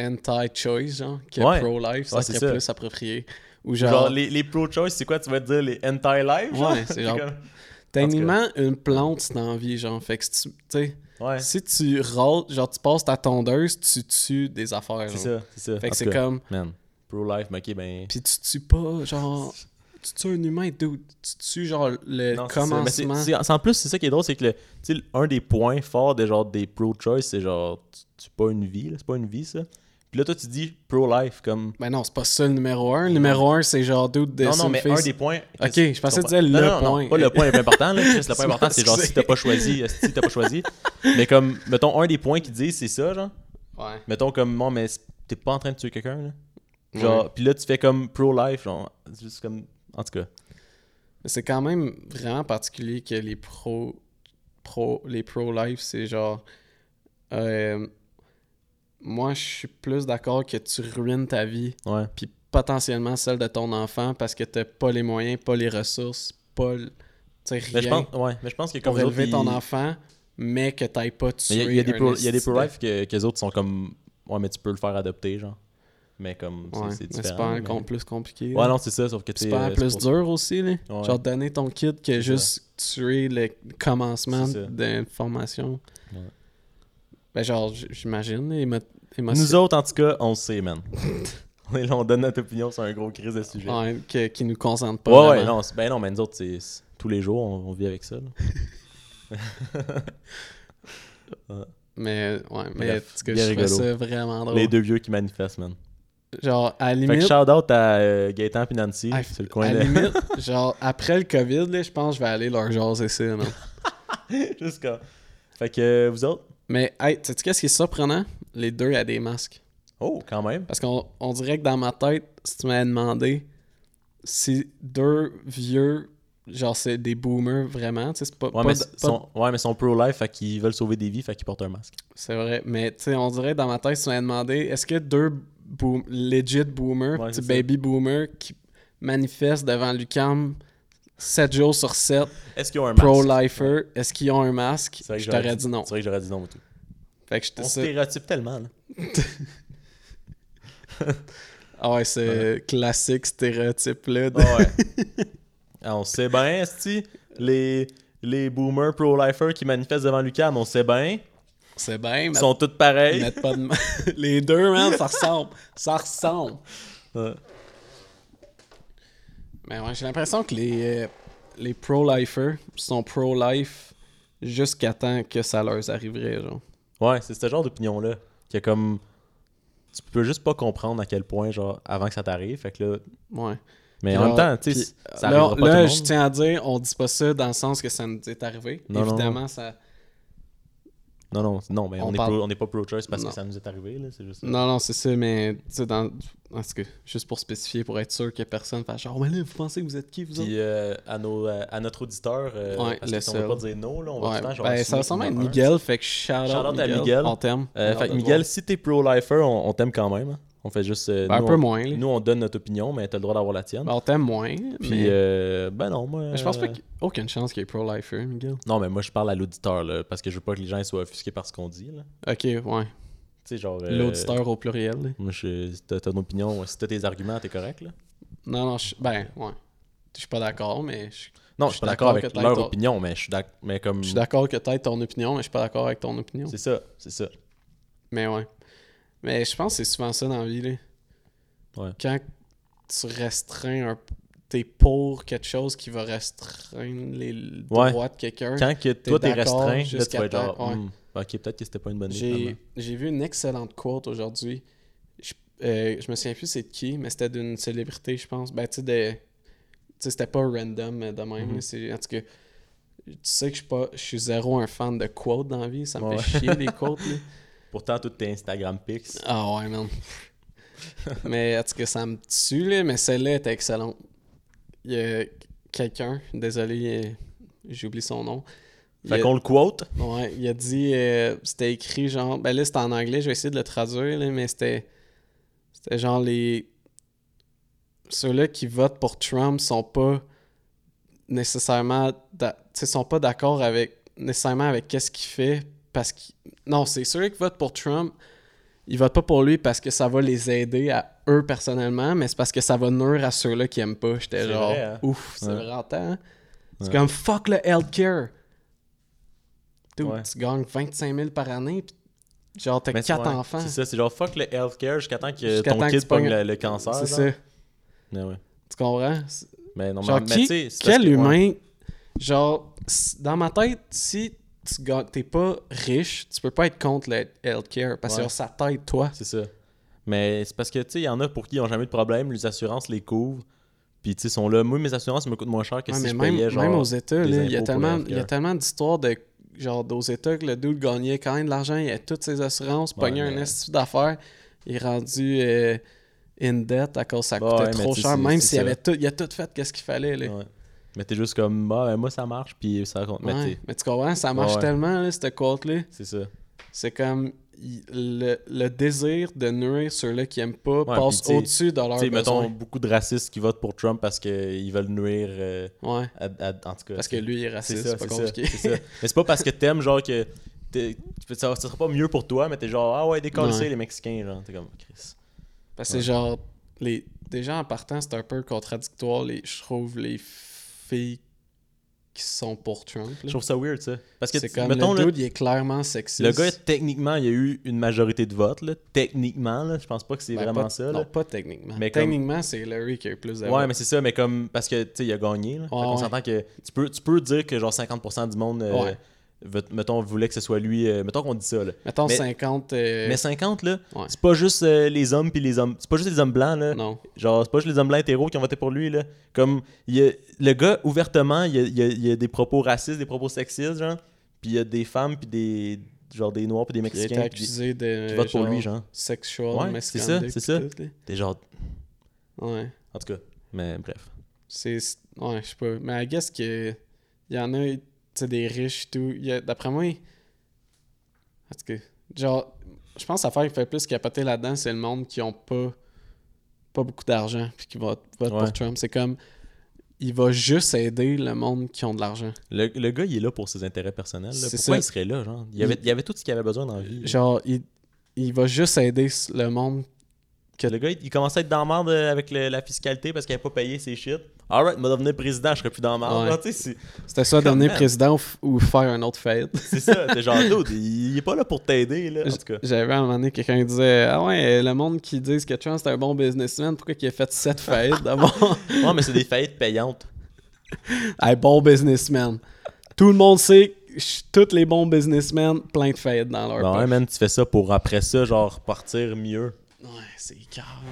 anti-choice, genre, que
Ouais.
pro-life. Ça
Ouais, c'est
serait
ça.
plus approprié. Ou
Ou
genre.
genre, les, les pro-choice, c'est quoi, tu vas te dire les anti-life? genre? [LAUGHS]
Ouais, c'est genre.
comme-
Techniquement, une plante, c'est dans la vie, genre. Fait que si tu. tu sais,
Ouais.
Si tu rôles, genre, tu passes ta tondeuse, tu tues des affaires.
C'est
genre.
ça, c'est ça.
Fait
En
que
tout
c'est
cas,
comme.
Man, pro-life, mais ok, ben.
Puis tu tues pas, genre. Tu tues un humain, dude. Tu tues, genre, le
Non, c'est ça. Mais c'est-
commencement.
c'est- c'est- en plus, c'est ça qui est drôle, c'est que le, tu sais, le- un des points forts de genre des pro-choice, c'est genre, tu, tu pas une vie, là, c'est pas une vie ça. Puis là, toi, tu dis pro-life comme.
Ben non, c'est pas ça le numéro 1. Le numéro 1, c'est genre dude de
Non, non, mais
Sunface.
un des points.
Ok,
qu'est-ce
je pensais que tu
comprends?
disais le
Non, non, non,
point.
Pas le point le plus important, là.
[LAUGHS]
Juste le point
Tu m'as
important, c'est genre si t'as pas
[LAUGHS]
choisi, euh, si t'as pas choisi. Mais comme, mettons, un des points qu'ils disent, c'est ça, genre.
Ouais.
Mettons comme, bon, mais c'est- t'es pas en train de tuer quelqu'un, là.
Ouais.
Genre, puis là, tu fais comme pro-life, genre. c'est Juste comme. En tout cas.
C'est quand même vraiment particulier que les pro, pro les pro-life, c'est genre. euh, moi, je suis plus d'accord que tu ruines ta vie.
Ouais.
Puis potentiellement celle de ton enfant parce que t'as pas les moyens, pas les ressources, pas. le- Tu sais, rien.
Mais je pense- ouais, mais je pense que comme
Pour
vous
élever
autres,
ton
ils-
enfant, mais que t'ailles pas tuer.
Mais il y a- il y, a des
un
pro- il y a des
esti de-
pro-life que, que les autres sont comme. Ouais, mais tu peux le faire adopter, genre. Mais comme, c'est
Ouais,
c'est
mais
différent.
c'est pas
mais-
encore plus compliqué.
Ouais,
là.
non, c'est ça, sauf que
C'est
t'es,
pas
euh,
plus
c'est pour-
dur aussi, là.
Ouais.
Genre donner ton kit que juste tuer le commencement
C'est ça.
d'une formation.
Ouais.
Ben genre, j- j'imagine, les émo- émotions.
Nous autres, en tout cas, on le sait, man. [LAUGHS] on est là, on donne notre opinion sur un gros crise de sujet.
Ouais, que- qui nous concentrent pas.
Ouais, ouais,
vraiment.
non, c'est- ben non, mais nous autres, c'est c'est- tous les jours, on, on vit avec ça. là. Ouais.
Mais, ouais, mais
Bref,
en tout cas,
bien
je trouvais
rigolo.
ça vraiment drôle.
Les deux vieux qui manifestent, man.
Genre, à la
Fait que
limite,
shout out à euh, Gaétan et Nancy, c'est le coin
Ah, à
de... [LAUGHS]
la limite, genre, après le COVID, là, je pense que je vais aller leur jaser ça, man.
Jusqu'à. Fait que euh, vous autres,
Mais, hey, sais-tu qu'est-ce qui est surprenant? Les deux à des masques.
Oh, quand même.
Parce qu'on on dirait que dans ma tête, si tu m'avais demandé si deux vieux, genre c'est des boomers vraiment, tu sais, c'est pas.
ouais,
pas
mais
de-
ils
pas-
sont, ouais, mais sont pro-life, fait qu'ils veulent sauver des vies, fait qu'ils portent un masque.
C'est vrai, mais tu sais, on dirait dans ma tête, si tu m'avais demandé est-ce que deux boom, legit boomers,
Ouais,
tu sais,
c'est ça.
baby boomers qui manifestent devant l'UCAM 7 jours sur 7,
Est-ce qu'ils ont un masque?
pro-lifer, est-ce qu'ils ont un masque
C'est vrai que
Je
j'aurais
t'aurais
dit-
dit non.
C'est vrai que j'aurais dit non, moi, tout.
Fait que je
On
ça-
stéréotype tellement, là.
Ah ouais, c'est classique stéréotype là. de-
Ah ouais. Ah, on sait bien, esti, les, les boomers pro-lifers qui manifestent devant l'UQAM, on sait bien.
[LAUGHS] C'est bien,
Ils
mais-
sont tous pareils.
Ils mettent pas de ma- [LAUGHS] Les deux, man, ça ressemble. Ça ressemble.
Ouais.
Mais ouais, j'ai l'impression que les, euh, les pro-lifers sont pro-life jusqu'à temps que ça leur arriverait, genre.
Ouais, c'est ce genre d'opinion-là. Qui est comme. Tu peux juste pas comprendre à quel point, genre, avant que ça t'arrive. Fait que là.
Ouais.
Mais
Puis
en même
genre-
temps, tu sais,
puis,
ça
là,
arrivera pas
là,
à tout le
je
monde.
tiens à dire, on dit pas ça dans le sens que ça nous est arrivé.
Non, non,
Évidemment,
non.
ça...
Non, non, non, mais on,
On
est,
parle-
pro- on est pas pro-choice parce
Non.
que ça nous est arrivé, là. C'est juste. ça.
Non, non, c'est ça, mais tu sais, dans... En tout cas, juste pour spécifier, pour être sûr que personne fasse genre, oh, mais là, vous pensez que vous êtes qui, vous autres?
Puis euh, à, nos, euh, à notre auditeur, euh,
Ouais,
parce
le
que si on veut pas
seul.
dire non, là, on va
Ouais,
tout le temps, genre,
ben,
assumer
ça ressemble
qu'il
à
y en a un.
Miguel, fait que shout-out
Shout-out à
Miguel.
Miguel.
On t'aime.
Euh,
On
fait
a hâte
que
de te
Miguel,
voir.
si t'es pro-lifer, on, on t'aime quand même. hein. On fait juste. euh,
Ben, un
nous,
peu
on-
moins, là.
Nous, on donne notre opinion, mais t'as le droit d'avoir la tienne.
Ben, on t'aime moins,
Puis,
mais-
euh, ben non, moi.
Mais je pense pas
euh,
qu'il y a aucune chance qu'il y ait pro-lifer, Miguel.
Non, mais moi, je parle à l'auditeur, là, parce que je veux pas que les gens soient offusqués par ce qu'on dit, là.
Ok, ouais.
Tu sais, genre. euh,
L'auditeur au pluriel. là.
Moi, je- si t'as ton opinion, ouais, si t'as tes arguments, t'es correct, là.
Non, non, je, ben, ouais. Je suis pas d'accord, mais je,
Non, je suis pas d'accord
que
avec
t'aies
leur
ton-
opinion, mais je suis d'ac- mais comme.
Je suis d'accord que t'aies ton opinion, mais je suis pas d'accord avec ton opinion.
Hmm. C'est ça, c'est ça.
Mais ouais. Mais je pense que c'est souvent ça dans la vie, là.
Ouais.
Quand tu restreins un... T'es pour quelque chose qui va restreindre les
Ouais.
droits de quelqu'un.
Quand que toi, t'es
Hein? d'accord
restreint, là, tu
jusqu'à
vas être
temps-
genre.
ouais.
hmm, ok, peut-être que c'était pas une bonne idée. finalement.
J'ai j'ai vu une excellente quote aujourd'hui. Je, euh, je me souviens plus c'est de qui, mais c'était d'une célébrité, je pense. Ben, tu sais, de- tu sais, c'était pas random euh, de même.
Mhm.
là. C'est- En tout cas, tu sais que je suis pas- je suis zéro un fan de quotes dans la vie. Ça me
Ouais.
fait chier, les quotes. là.
Pourtant, tous tes Instagram pics.
[LAUGHS] Ah ouais, man. [LAUGHS] mais en tout cas, ça me tue, là, mais celle-là était excellente. Il y a quelqu'un, désolé, euh, j'ai oublié son nom.
Fait
Il a-
qu'on le quote.
Ouais, il a dit, euh, c'était écrit genre, ben là c'était en anglais, je vais essayer de le traduire, là, mais c'était, c'était genre les, ceux-là qui votent pour Trump sont pas nécessairement, d'a- tu sais, sont pas d'accord avec, nécessairement avec qu'est-ce qu'il fait, parce que, non, c'est ceux-là qui votent pour Trump, ils votent pas pour lui parce que ça va les aider à eux personnellement, mais c'est parce que ça va nuire à ceux-là qui aiment pas. J'étais
C'est
genre,
vrai, hein?
ouf, c'est
Ouais.
vrai en temps. hein? C'est
Ouais.
comme fuck le healthcare. Dude,
Ouais.
tu gagnes 25 000 par année, puis genre t'as
Mais
4
ouais,
enfants.
C'est ça, c'est genre fuck le healthcare jusqu'à temps que
Jusqu'à
ton
temps que
kid
tu pognes-
pogne le, le cancer.
C'est
genre.
ça.
Mais ouais.
Tu comprends? C'est-
Mais non, mais-
genre,
mais
qui-
tu sais, c'est parce
quel
que- ouais.
humain, genre, s- dans ma tête, si tu ga- t'es pas riche, tu peux pas être contre le healthcare parce
Ouais.
que ça t'aide, toi.
C'est ça. Mais c'est parce que, tu sais, il y en a pour qui ils n'ont jamais eu de problème, les assurances les couvrent. Puis, tu sais, ils sont là. Moi, mes assurances me coûtent moins cher que
Ouais,
si
mais
je
même,
payais, genre.
même aux États,
des
là, il y a
impôts pour le
tellement, il y a
healthcare.
tellement d'histoires de genre aux États que le dude gagnait quand même de l'argent, il a toutes ses assurances,
Ouais,
pognait
mais-
un institut d'affaires, il est rendu euh, in debt à cause que ça
Bah
coûtait
ouais, mais
trop
tu sais,
cher,
c'est-
même
c'est
s'il
ça.
avait tout, il a tout fait qu'est-ce qu'il fallait. là. Ouais,
Mais t'es juste comme, bah, ben, moi, ça marche. Puis, ça compte.
Mais,
Mais, tu sais,
tu comprends, ça marche
Ouais.
tellement, là, cette quote-là.
c'est ça.
C'est comme il- le, le désir de nuire ceux-là qui aiment pas
Ouais,
passe
puis, tu sais,
au-dessus de leurs
Tu sais, mettons
besoins.
beaucoup de racistes qui votent pour Trump parce qu'ils veulent nuire. euh,
Ouais.
à- à- en tout cas,
Parce que lui, il est raciste, c'est pas compliqué.
c'est
[LAUGHS]
ça. Mais c'est pas parce que t'aimes, genre, que. t'es- Ça, ça sera pas mieux pour toi, mais t'es genre, ah ouais, décolle
Ouais.
les Mexicains, genre. T'es comme, Chris.
Parce que c'est genre, les, déjà en partant, c'est un peu contradictoire, les, je trouve, les filles qui sont pour Trump. là.
Je trouve ça weird, ça. Parce que,
c'est comme,
mettons,
le
là,
dude, il est clairement sexiste.
Le gars, techniquement, il a eu une majorité de votes. là. Techniquement, là, je pense pas que c'est
Ben,
vraiment
pas-
ça.
non,
là.
pas techniquement.
Mais comme-
techniquement, c'est Larry qui a eu plus de
Ouais, mais c'est ça, mais comme. Parce que, tu sais, il a gagné. Là. on
ouais.
s'entend que. Tu peux, tu peux dire que, genre, 50% du monde. euh,
Ouais.
veut- mettons, voulait que ce soit lui. euh, mettons qu'on dit ça, là.
Mettons
Mais-
50. euh,
Mais 50, là,
Ouais.
c'est pas juste euh, les hommes puis les hommes. C'est pas juste les hommes blancs, là.
Non.
Genre, c'est pas juste les hommes blancs hétéros qui ont voté pour lui, là. Comme, il y a- le gars, ouvertement, il y a, il y a- il y a des propos racistes, des propos sexistes, genre. Puis il y a des femmes, puis des. Genre des noirs, puis des
Il a
mexicains.
été
puis des-
accusé de.
Qui votent pour lui, genre.
Sexual,
Ouais, c'est ça,
misconduct
c'est
pis
ça.
tout, là.
T'es genre.
Ouais.
En tout cas, mais bref.
C'est. c'est- Ouais, je sais pas. Mais I guess que. Il y en a, tu sais, des riches et tout. Il y a- D'après moi. il- En tout cas, genre. Je pense que l'affaire qui fait plus capoter là-dedans, c'est le monde qui ont pas. Pas beaucoup d'argent. Puis qui vote, vote
Ouais.
pour Trump. C'est comme. Il va juste aider le monde qui ont de l'argent.
Le, le gars, il est là pour ses intérêts personnels. là.
C'est
Pourquoi
ça.
il serait là, genre il y, avait, il y avait tout ce qu'il avait besoin dans la vie. là.
Genre, il, il va juste aider le monde. Que...
Le gars, il, il commençait à être dans la merde euh, avec le- la fiscalité parce qu'il n'avait pas payé ses shit. Alright, m'a devenir président, je serais plus dans la merde.
Ouais.
là, tu sais, c'est-
C'était soit devenir
Comment?
président ou, f- ou faire un autre fête.
C'est ça, t'es genre [LAUGHS] dude, il, il est pas là pour t'aider, là. En tout cas.
J'avais à un moment donné, quelqu'un qui disait Ah ouais, le monde qui dit que Trump c'est un bon businessman, pourquoi il a fait sept faillites
[LAUGHS]
d'abord
Ouais, mais c'est des faillites payantes.
Un bon businessman. Tout le monde sait, que je- tous les bons businessmen, plein de faillites dans leur
Ben ouais,
poche.
man, tu fais ça pour après ça, genre, partir mieux.
Ouais, c'est grave.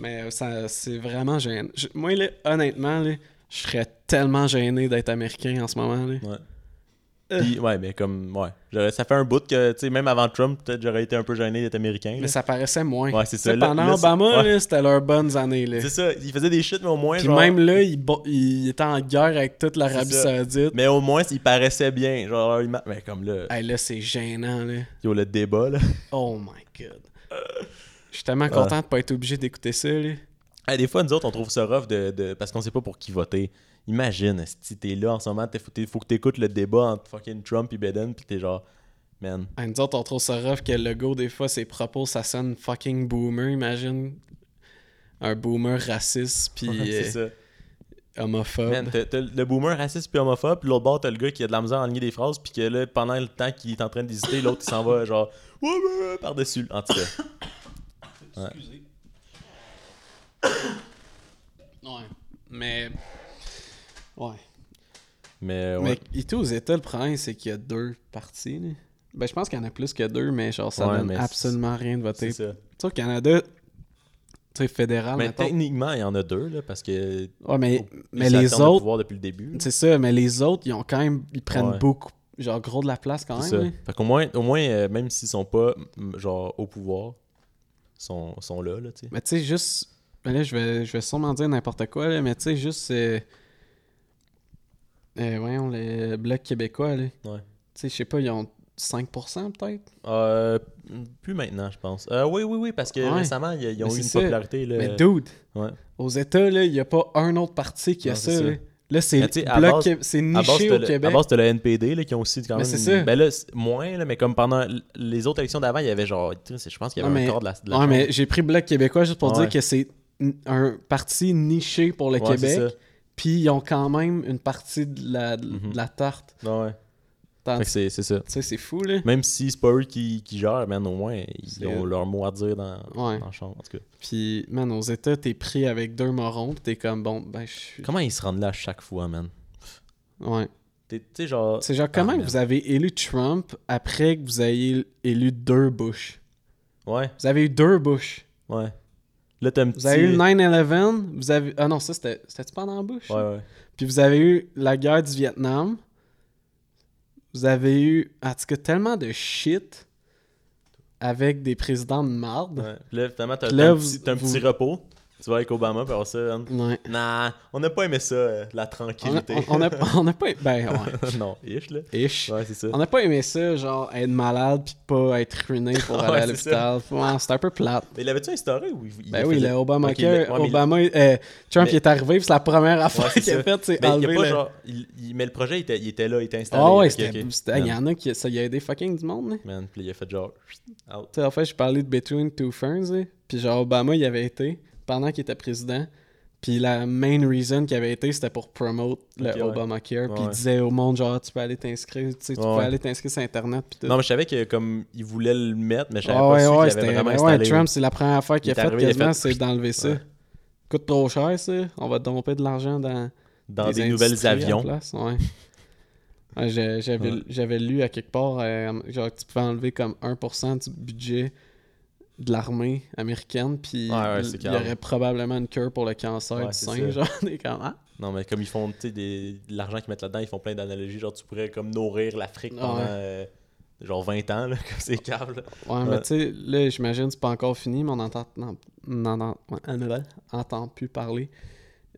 Mais euh, ça, c'est vraiment gênant. Je- moi, là, honnêtement, là, je serais tellement gêné d'être américain en ce moment. là.
Ouais.
Euh.
Puis, ouais, mais comme, ouais. J'aurais- Ça fait un bout que, tu sais, même avant Trump, peut-être j'aurais été un peu gêné d'être américain.
Mais
là.
ça paraissait moins.
Ouais, c'est
Tu sais,
ça. Là-
pendant
là, c'est-
Obama,
ouais.
là, c'était leurs bonnes années. Là.
C'est ça, il faisait des shit, mais au moins.
Puis
genre-
même là, il, bo- il était en guerre avec toute
C'est
l'Arabie
ça.
Saoudite.
Mais au moins, il paraissait bien. Genre, il m'a- mais comme là,
Hey, là, c'est gênant. Là.
yo, le débat, là. [LAUGHS]
Oh my god.
Euh.
Je suis tellement content de pas être obligé d'écouter ça. Là.
Hey, des fois, nous autres, on trouve ça rough de, de- parce qu'on sait pas pour qui voter. Imagine, si t'es là en ce moment, t'es, faut, t'es- faut que t'écoutes le débat entre fucking Trump et Biden, pis t'es genre, man. [LAUGHS]
Hey, nous autres, on trouve ça rough que le go, des fois, ses propos, ça sonne fucking boomer. Imagine un boomer raciste, puis
Ouais, c'est
euh, homophobe.
Man, t'as, t'as le boomer raciste puis homophobe, puis l'autre bord, t'as le gars qui a de la misère à aligner des phrases, puis que là, pendant le temps qu'il est en train d'hésiter, l'autre, il s'en va, genre, ouais, ouais, ouais, par-dessus. En tout cas. Ouais.
Ouais. Mais. Ouais.
Mais, ouais.
Mais il était aux États, le problème, c'est qu'il y a deux parties. là. Ben, je pense qu'il y en a plus que deux, mais genre, ça
Ouais,
donne
mais c'est-
absolument rien de voter.
c'est ça.
Tu sais, au Canada, tu sais, fédéral,
Mais Oh,
mettons.
techniquement, il y en a deux, là, parce que.
Ouais, mais,
ils
mais
alternent
les
le
autres.
pouvoir depuis le début. là.
C'est ça, mais les autres, ils ont quand même. Ils prennent
Ouais.
beaucoup. Genre, gros de la place quand
C'est
même. hein.
ça.
là.
Fait qu'au moins, au moins euh, même s'ils sont pas, m- genre, au pouvoir, sont, sont là, là, tu sais.
Mais tu sais, juste. ben là, je vais, je vais sûrement dire n'importe quoi, là, mais tu sais, juste. Euh... euh, voyons, le Bloc québécois, là.
Ouais.
Tu sais, je sais pas, ils ont 5% peut-être.
Euh, plus maintenant, je pense. Euh, oui, oui, oui, parce que
Ouais.
récemment, ils, ils ont
Mais
eu
c'est
une
ça.
popularité, là.
Mais dude,
Euh, Ouais.
aux États, là, il n'y a pas un autre parti qui a
Non,
ça.
c'est ça.
Là, Là, c'est
Mais tu sais, à
Bloc
base-
Qué- c'est
à base,
niché
t'as
au
le-
Québec.
À base, t'as le NPD là, qui ont aussi quand
Mais
même.
c'est
une-
ça.
Ben là, c'est moins, là, mais comme pendant les autres élections d'avant, il y avait genre. tu sais, Je pense qu'il y
Ouais,
avait
Ah, mais,
un quart de la. de la
ouais,
Chambre.
mais j'ai pris Bloc québécois juste pour
Ouais.
dire que c'est n- un parti niché pour le
Ouais, c'est
Québec.
ça.
Puis ils ont quand même une partie de la, de la tarte.
Ouais.
Tandis-
Fait que c'est c'est ça.
Tu sais, c'est fou, là.
Même si c'est pas eux qui, qui gèrent, man, au moins, ils ont leur mot à dire dans,
Ouais.
dans la chambre, en tout cas.
Puis, man, aux États, t'es pris avec deux morons, pis t'es comme, bon, ben, je suis.
Comment ils se rendent là à chaque fois, man?
Ouais.
T'es- Tu sais, genre.
C'est genre, comment
Ah,
que vous avez élu Trump après que vous ayez élu deux Bush?
Ouais.
Vous avez eu deux Bush.
Ouais. Là, t'as un petit.
Vous avez eu le 9-11, vous avez... Ah non, ça, c'était... C'était-tu pendant Bush?
Ouais, ouais.
Puis vous avez eu la guerre du Vietnam. Vous avez eu, en tout cas, tellement de shit avec des présidents de marde.
Ouais. Là, finalement, t'as
[LAUGHS] Là,
t'as un
vous-
petit, t'as un
vous-
petit repos. Tu vas avec Obama, puis on ça, hein?
Ouais.
Nah, on n'a pas aimé ça, euh, la tranquillité.
On- on- on a- on a pas- ben,
[LAUGHS]
ouais.
non, ish, là.
Ish.
Ouais, c'est ça.
On n'a pas aimé ça, genre être malade puis pas être ruiné
[LAUGHS]
pour aller
Ouais,
à
c'est
l'hôpital.
ça.
Ouais, C'était un peu plate.
Mais il avait-tu instauré ou il, il
Ben oui,
faisait-
le Obama,
Ok, mais- ouais, mais il-
Obama euh, Trump
Mais-
il est arrivé, puis c'est la première
Ouais,
affaire
c'est
qu'il a
ça.
faite, c'est
Mais il y a
enlever
pas
le-
genre- il- il- Mais le projet, il était, il était là, il était installé.
Ah ouais,
Ok,
c'était.
ok.
c'était- Il y en a qui. Ça y a aidé fucking du monde, hein.
Man, puis il a fait genre. Out.
Tu sais, en fait, je parlais de Between Two Ferns, hein. Puis genre, Obama, il avait été pendant qu'il était président. Puis la main reason qu'il avait été, c'était pour promote le
Ok, ouais.
Obamacare. Puis
Ouais.
il disait au monde, genre, ah, tu peux aller t'inscrire, tu sais, tu
Ouais,
peux
ouais.
aller t'inscrire sur Internet. Puis tout.
Non, mais je savais que comme il voulait le mettre, mais je savais
Ah
pas
ouais,
su
ouais,
qu'il
c'était-
avait vraiment
ouais,
installé.
Trump, c'est la première affaire qu'il a
Il est
faite
arrivé, il a
quasiment,
fait-
c'est d'enlever ça.
Ouais.
Coûte trop cher, ça. On va domper de l'argent dans,
Dans
des
des nouvelles
industries en
avions.
place, ouais. [LAUGHS] Ouais, j'ai- J'avais
Ouais.
j'avais lu à quelque part, euh, genre, que tu pouvais enlever comme 1% du budget de l'armée américaine, puis
Ouais, ouais,
il
c'est
il y
calme.
aurait probablement une cure pour le cancer
Ouais,
du
c'est
sein,
ça.
genre, [LAUGHS] des comme, ah,
Non, mais comme ils font, tu sais, des- de l'argent qu'ils mettent là-dedans, ils font plein d'analogies. Genre, tu pourrais comme nourrir l'Afrique
Ah Ouais.
pendant euh, genre 20 ans, là, [LAUGHS] comme ces câbles.
Ouais, mais tu sais, là, j'imagine c'est pas encore fini, mais on entend, non, non, non, ouais, on entend, plus parler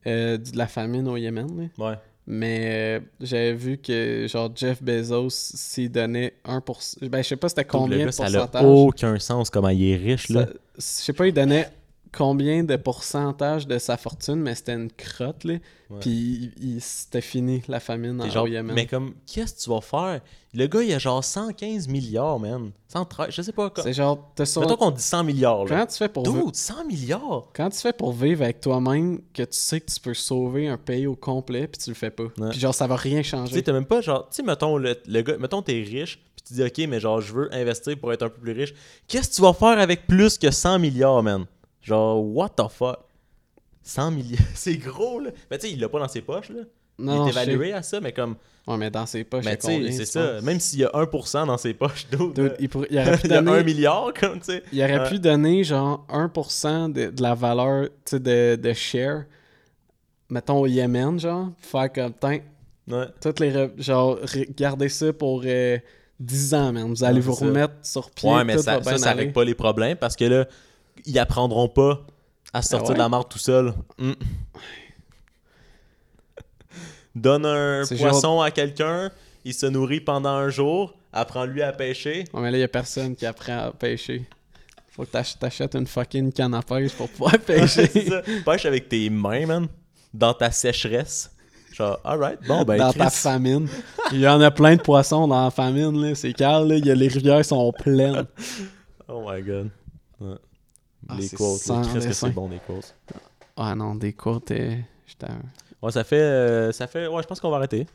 euh, de la famine au Yémen.
là. Ouais.
Mais euh, j'avais vu que, genre, Jeff Bezos s'y donnait 1%. Ben, je sais pas c'était
Double
combien
là,
de
ça n'a
pourcentage.
aucun sens comment il est riche, là.
Ça- Je sais pas, il donnait combien de pourcentage de sa fortune, mais c'était une crotte, là.
Ouais.
Puis il- il- c'était fini, la famine
T'es
en-
genre,
au Yémen.
mais comme, qu'est-ce que tu vas faire? Le gars, il a genre 115 milliards, man. 113, je sais pas. quoi.
C'est genre, t'as sur-
Mettons qu'on dit 100 milliards, là.
Comment tu fais pour
Dude,
vivre-
100 milliards?
Quand tu fais pour vivre avec toi-même, que tu sais que tu peux sauver un pays au complet, puis tu le fais pas. Puis genre, ça va rien
Tu sais,
changer.
t'as même pas genre, tu sais, mettons, le, le gars, mettons, t'es riche, puis tu dis, ok, mais genre, je veux investir pour être un peu plus riche. Qu'est-ce que tu vas faire avec plus que 100 milliards, man? Genre, what the fuck? 100 milliards, [LAUGHS] c'est gros, là. Mais tu sais, il l'a pas dans ses poches, là.
Non,
il
je
est évalué
sais.
à ça, mais comme.
Ouais, mais dans ses poches,
Mais
c'est
tu sais,
combien,
c'est
tu
ça.
penses?
Même s'il y a 1% dans ses poches, dude,
Dude,
euh,
il, pourrait-
[LAUGHS]
il aurait pu
il y a
donner-
1 milliard, comme, tu sais.
Il aurait
Ouais.
pu donner genre 1% de, de la valeur tu sais, de, de share, mettons au Yémen, genre, pour faire comme tant. Toutes les. re- Genre, re- gardez ça pour euh, 10 ans, man. Vous allez
Ouais,
vous
c'est ça.
remettre sur pied.
Ouais, mais
tout
ça,
va
ça,
bien
ça
aller.
règle pas les problèmes parce que là, ils apprendront pas à se
Ah
sortir
ouais?
de la mort tout seul. Mm. Donne un
C'est
poisson à quelqu'un, il se nourrit pendant un jour, apprends-lui à
[LAUGHS]
pêcher.
Ouais, mais là, il y a personne qui apprend à pêcher. Faut que t'ach- t'achètes une fucking canne à pêche
[LAUGHS]
pour pouvoir pêcher.
C'est ça. Pêche avec tes mains, man, dans ta sécheresse. Genre, alright, bon, ben,
dans ta
Chris. [LAUGHS]
famine. Il y en a plein de poissons dans la famine, là. C'est calme, là. Il y a- les rivières sont
[LAUGHS]
pleines.
Oh my god. Ouais.
Ah,
les
c'est
quotes, là.
sans
Chris, que
dessin.
c'est bon, les quotes.
Ah non, des courtes. euh, J'étais un-
Ouais, ça fait. euh, ça fait ouais, je pense qu'on va arrêter.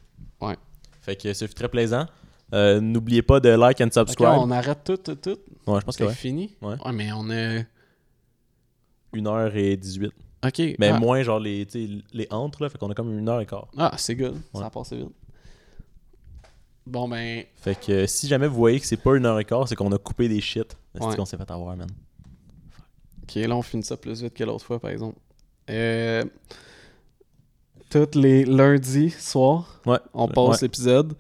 Ouais.
Fait que ce fut très plaisant. Euh, N'oubliez pas de like and subscribe.
Ok, on arrête tout, tout, tout.
Ouais, je pense que
c'est
ouais.
fini.
Ouais.
mais on a.
1h18.
Ok.
Mais
ah.
moins, genre, les, tu sais, les entre, là. Fait qu'on a comme une heure et quart.
Ah, c'est good.
Ouais.
Ça a passé vite. Bon, ben.
Fait que euh, si jamais vous voyez que c'est pas une heure et quart, c'est qu'on a coupé des shit. C'est
Ouais.
qu'on s'est fait avoir, man.
Ok, là, on finit ça plus vite que l'autre fois, par exemple. Euh, Tous les lundis soirs,
Ouais.
on passe
Ouais.
l'épisode.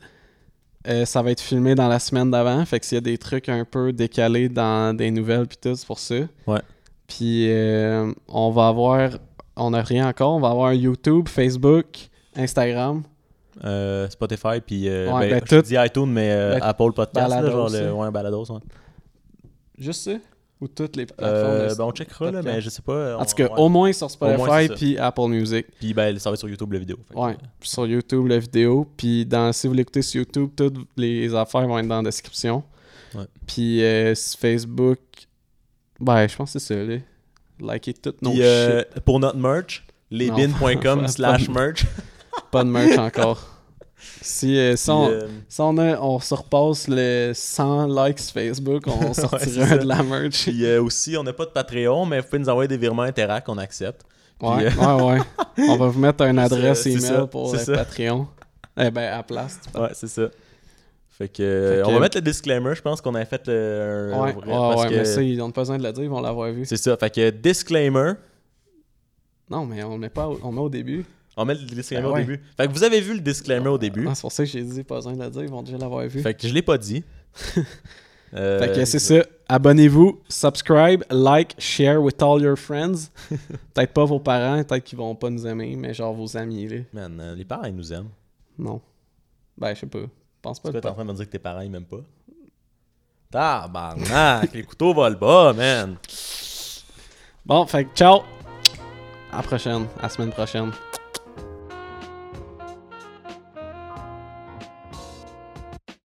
Euh, ça va être filmé dans la semaine d'avant. Fait que s'il y a des trucs un peu décalés dans des nouvelles, puis tout, c'est pour ça.
Ouais.
Puis euh, on va avoir. On n'a rien encore. On va avoir YouTube, Facebook, Instagram.
Euh, Spotify, puis. euh,
Ouais,
ben,
ben,
je
tout-
dis iTunes, mais euh,
ben,
Apple Podcast, là,
Balados, hein.
genre, le,
ça.
ouais, Balados, ouais.
Juste ça Ou toutes les plateformes
Euh,
de-
ben, on checkera, là,
podcast?
mais je sais pas.
En
on-
tout cas,
ouais.
au moins sur
Au moins, c'est
Spotify
ça.
puis Apple Music.
Puis, ben, ça va être sur YouTube, la vidéo. Fait que-
Ouais, sur YouTube, la vidéo. Puis dans, si vous l'écoutez sur YouTube, toutes les affaires vont être dans la description.
Ouais.
Puis euh, sur Facebook, ben, je pense que c'est ça, là. Likez toutes nos
Puis, euh,
shit.
pour notre merch,
Non,
lesbin.com
pas-
slash
[LAUGHS] pas-
merch.
Pas
[LAUGHS]
de merch encore. Si, euh, si on,
Puis, euh,
si on, a- on se repasse le 100 likes Facebook, on
[LAUGHS]
sortira
Ouais, c'est ça.
de la merch.
Puis euh, aussi, on n'a pas de Patreon, mais vous pouvez nous envoyer des virements Interact, on accepte. Puis,
Ouais,
euh,
ouais,
[LAUGHS]
ouais. On va vous mettre une
C'est-
adresse
c'est
email
ça,
pour
c'est
le
ça. [LAUGHS]
Patreon. Eh ben, à place. tu
Ouais, c'est ça. Fait que, euh,
Fait que-
on va mettre le disclaimer, je pense qu'on a fait euh, un-
Ouais,
un-
ouais,
parce
ouais,
que-
mais ça, ils n'ont pas besoin de le dire, ils vont l'avoir vu.
C'est ça, fait que disclaimer,
Non, mais on le met pas, au- on le met au début.
on met le disclaimer
Ben ouais. Ah,
au début. Fait que vous avez vu le disclaimer au début.
C'est pour [LAUGHS] ça que j'ai dit pas besoin de le dire, ils vont déjà l'avoir vu.
Fait que je l'ai pas dit. Euh,
Fait que c'est ça. abonnez-vous, subscribe, like, share with all your
[LAUGHS]
friends. peut-être pas vos parents, peut-être qu'ils vont pas nous aimer, mais genre vos amis, là.
Man, euh, les parents, ils nous aiment.
Non. Ben, je sais pas. Pense pas.
Tu
le
peux être
pas.
en train de me dire que tes parents, ils m'aiment pas. Tabarnak, [LAUGHS] les couteaux volent bas, man.
Bon, fait que ciao. À la prochaine. À la semaine prochaine.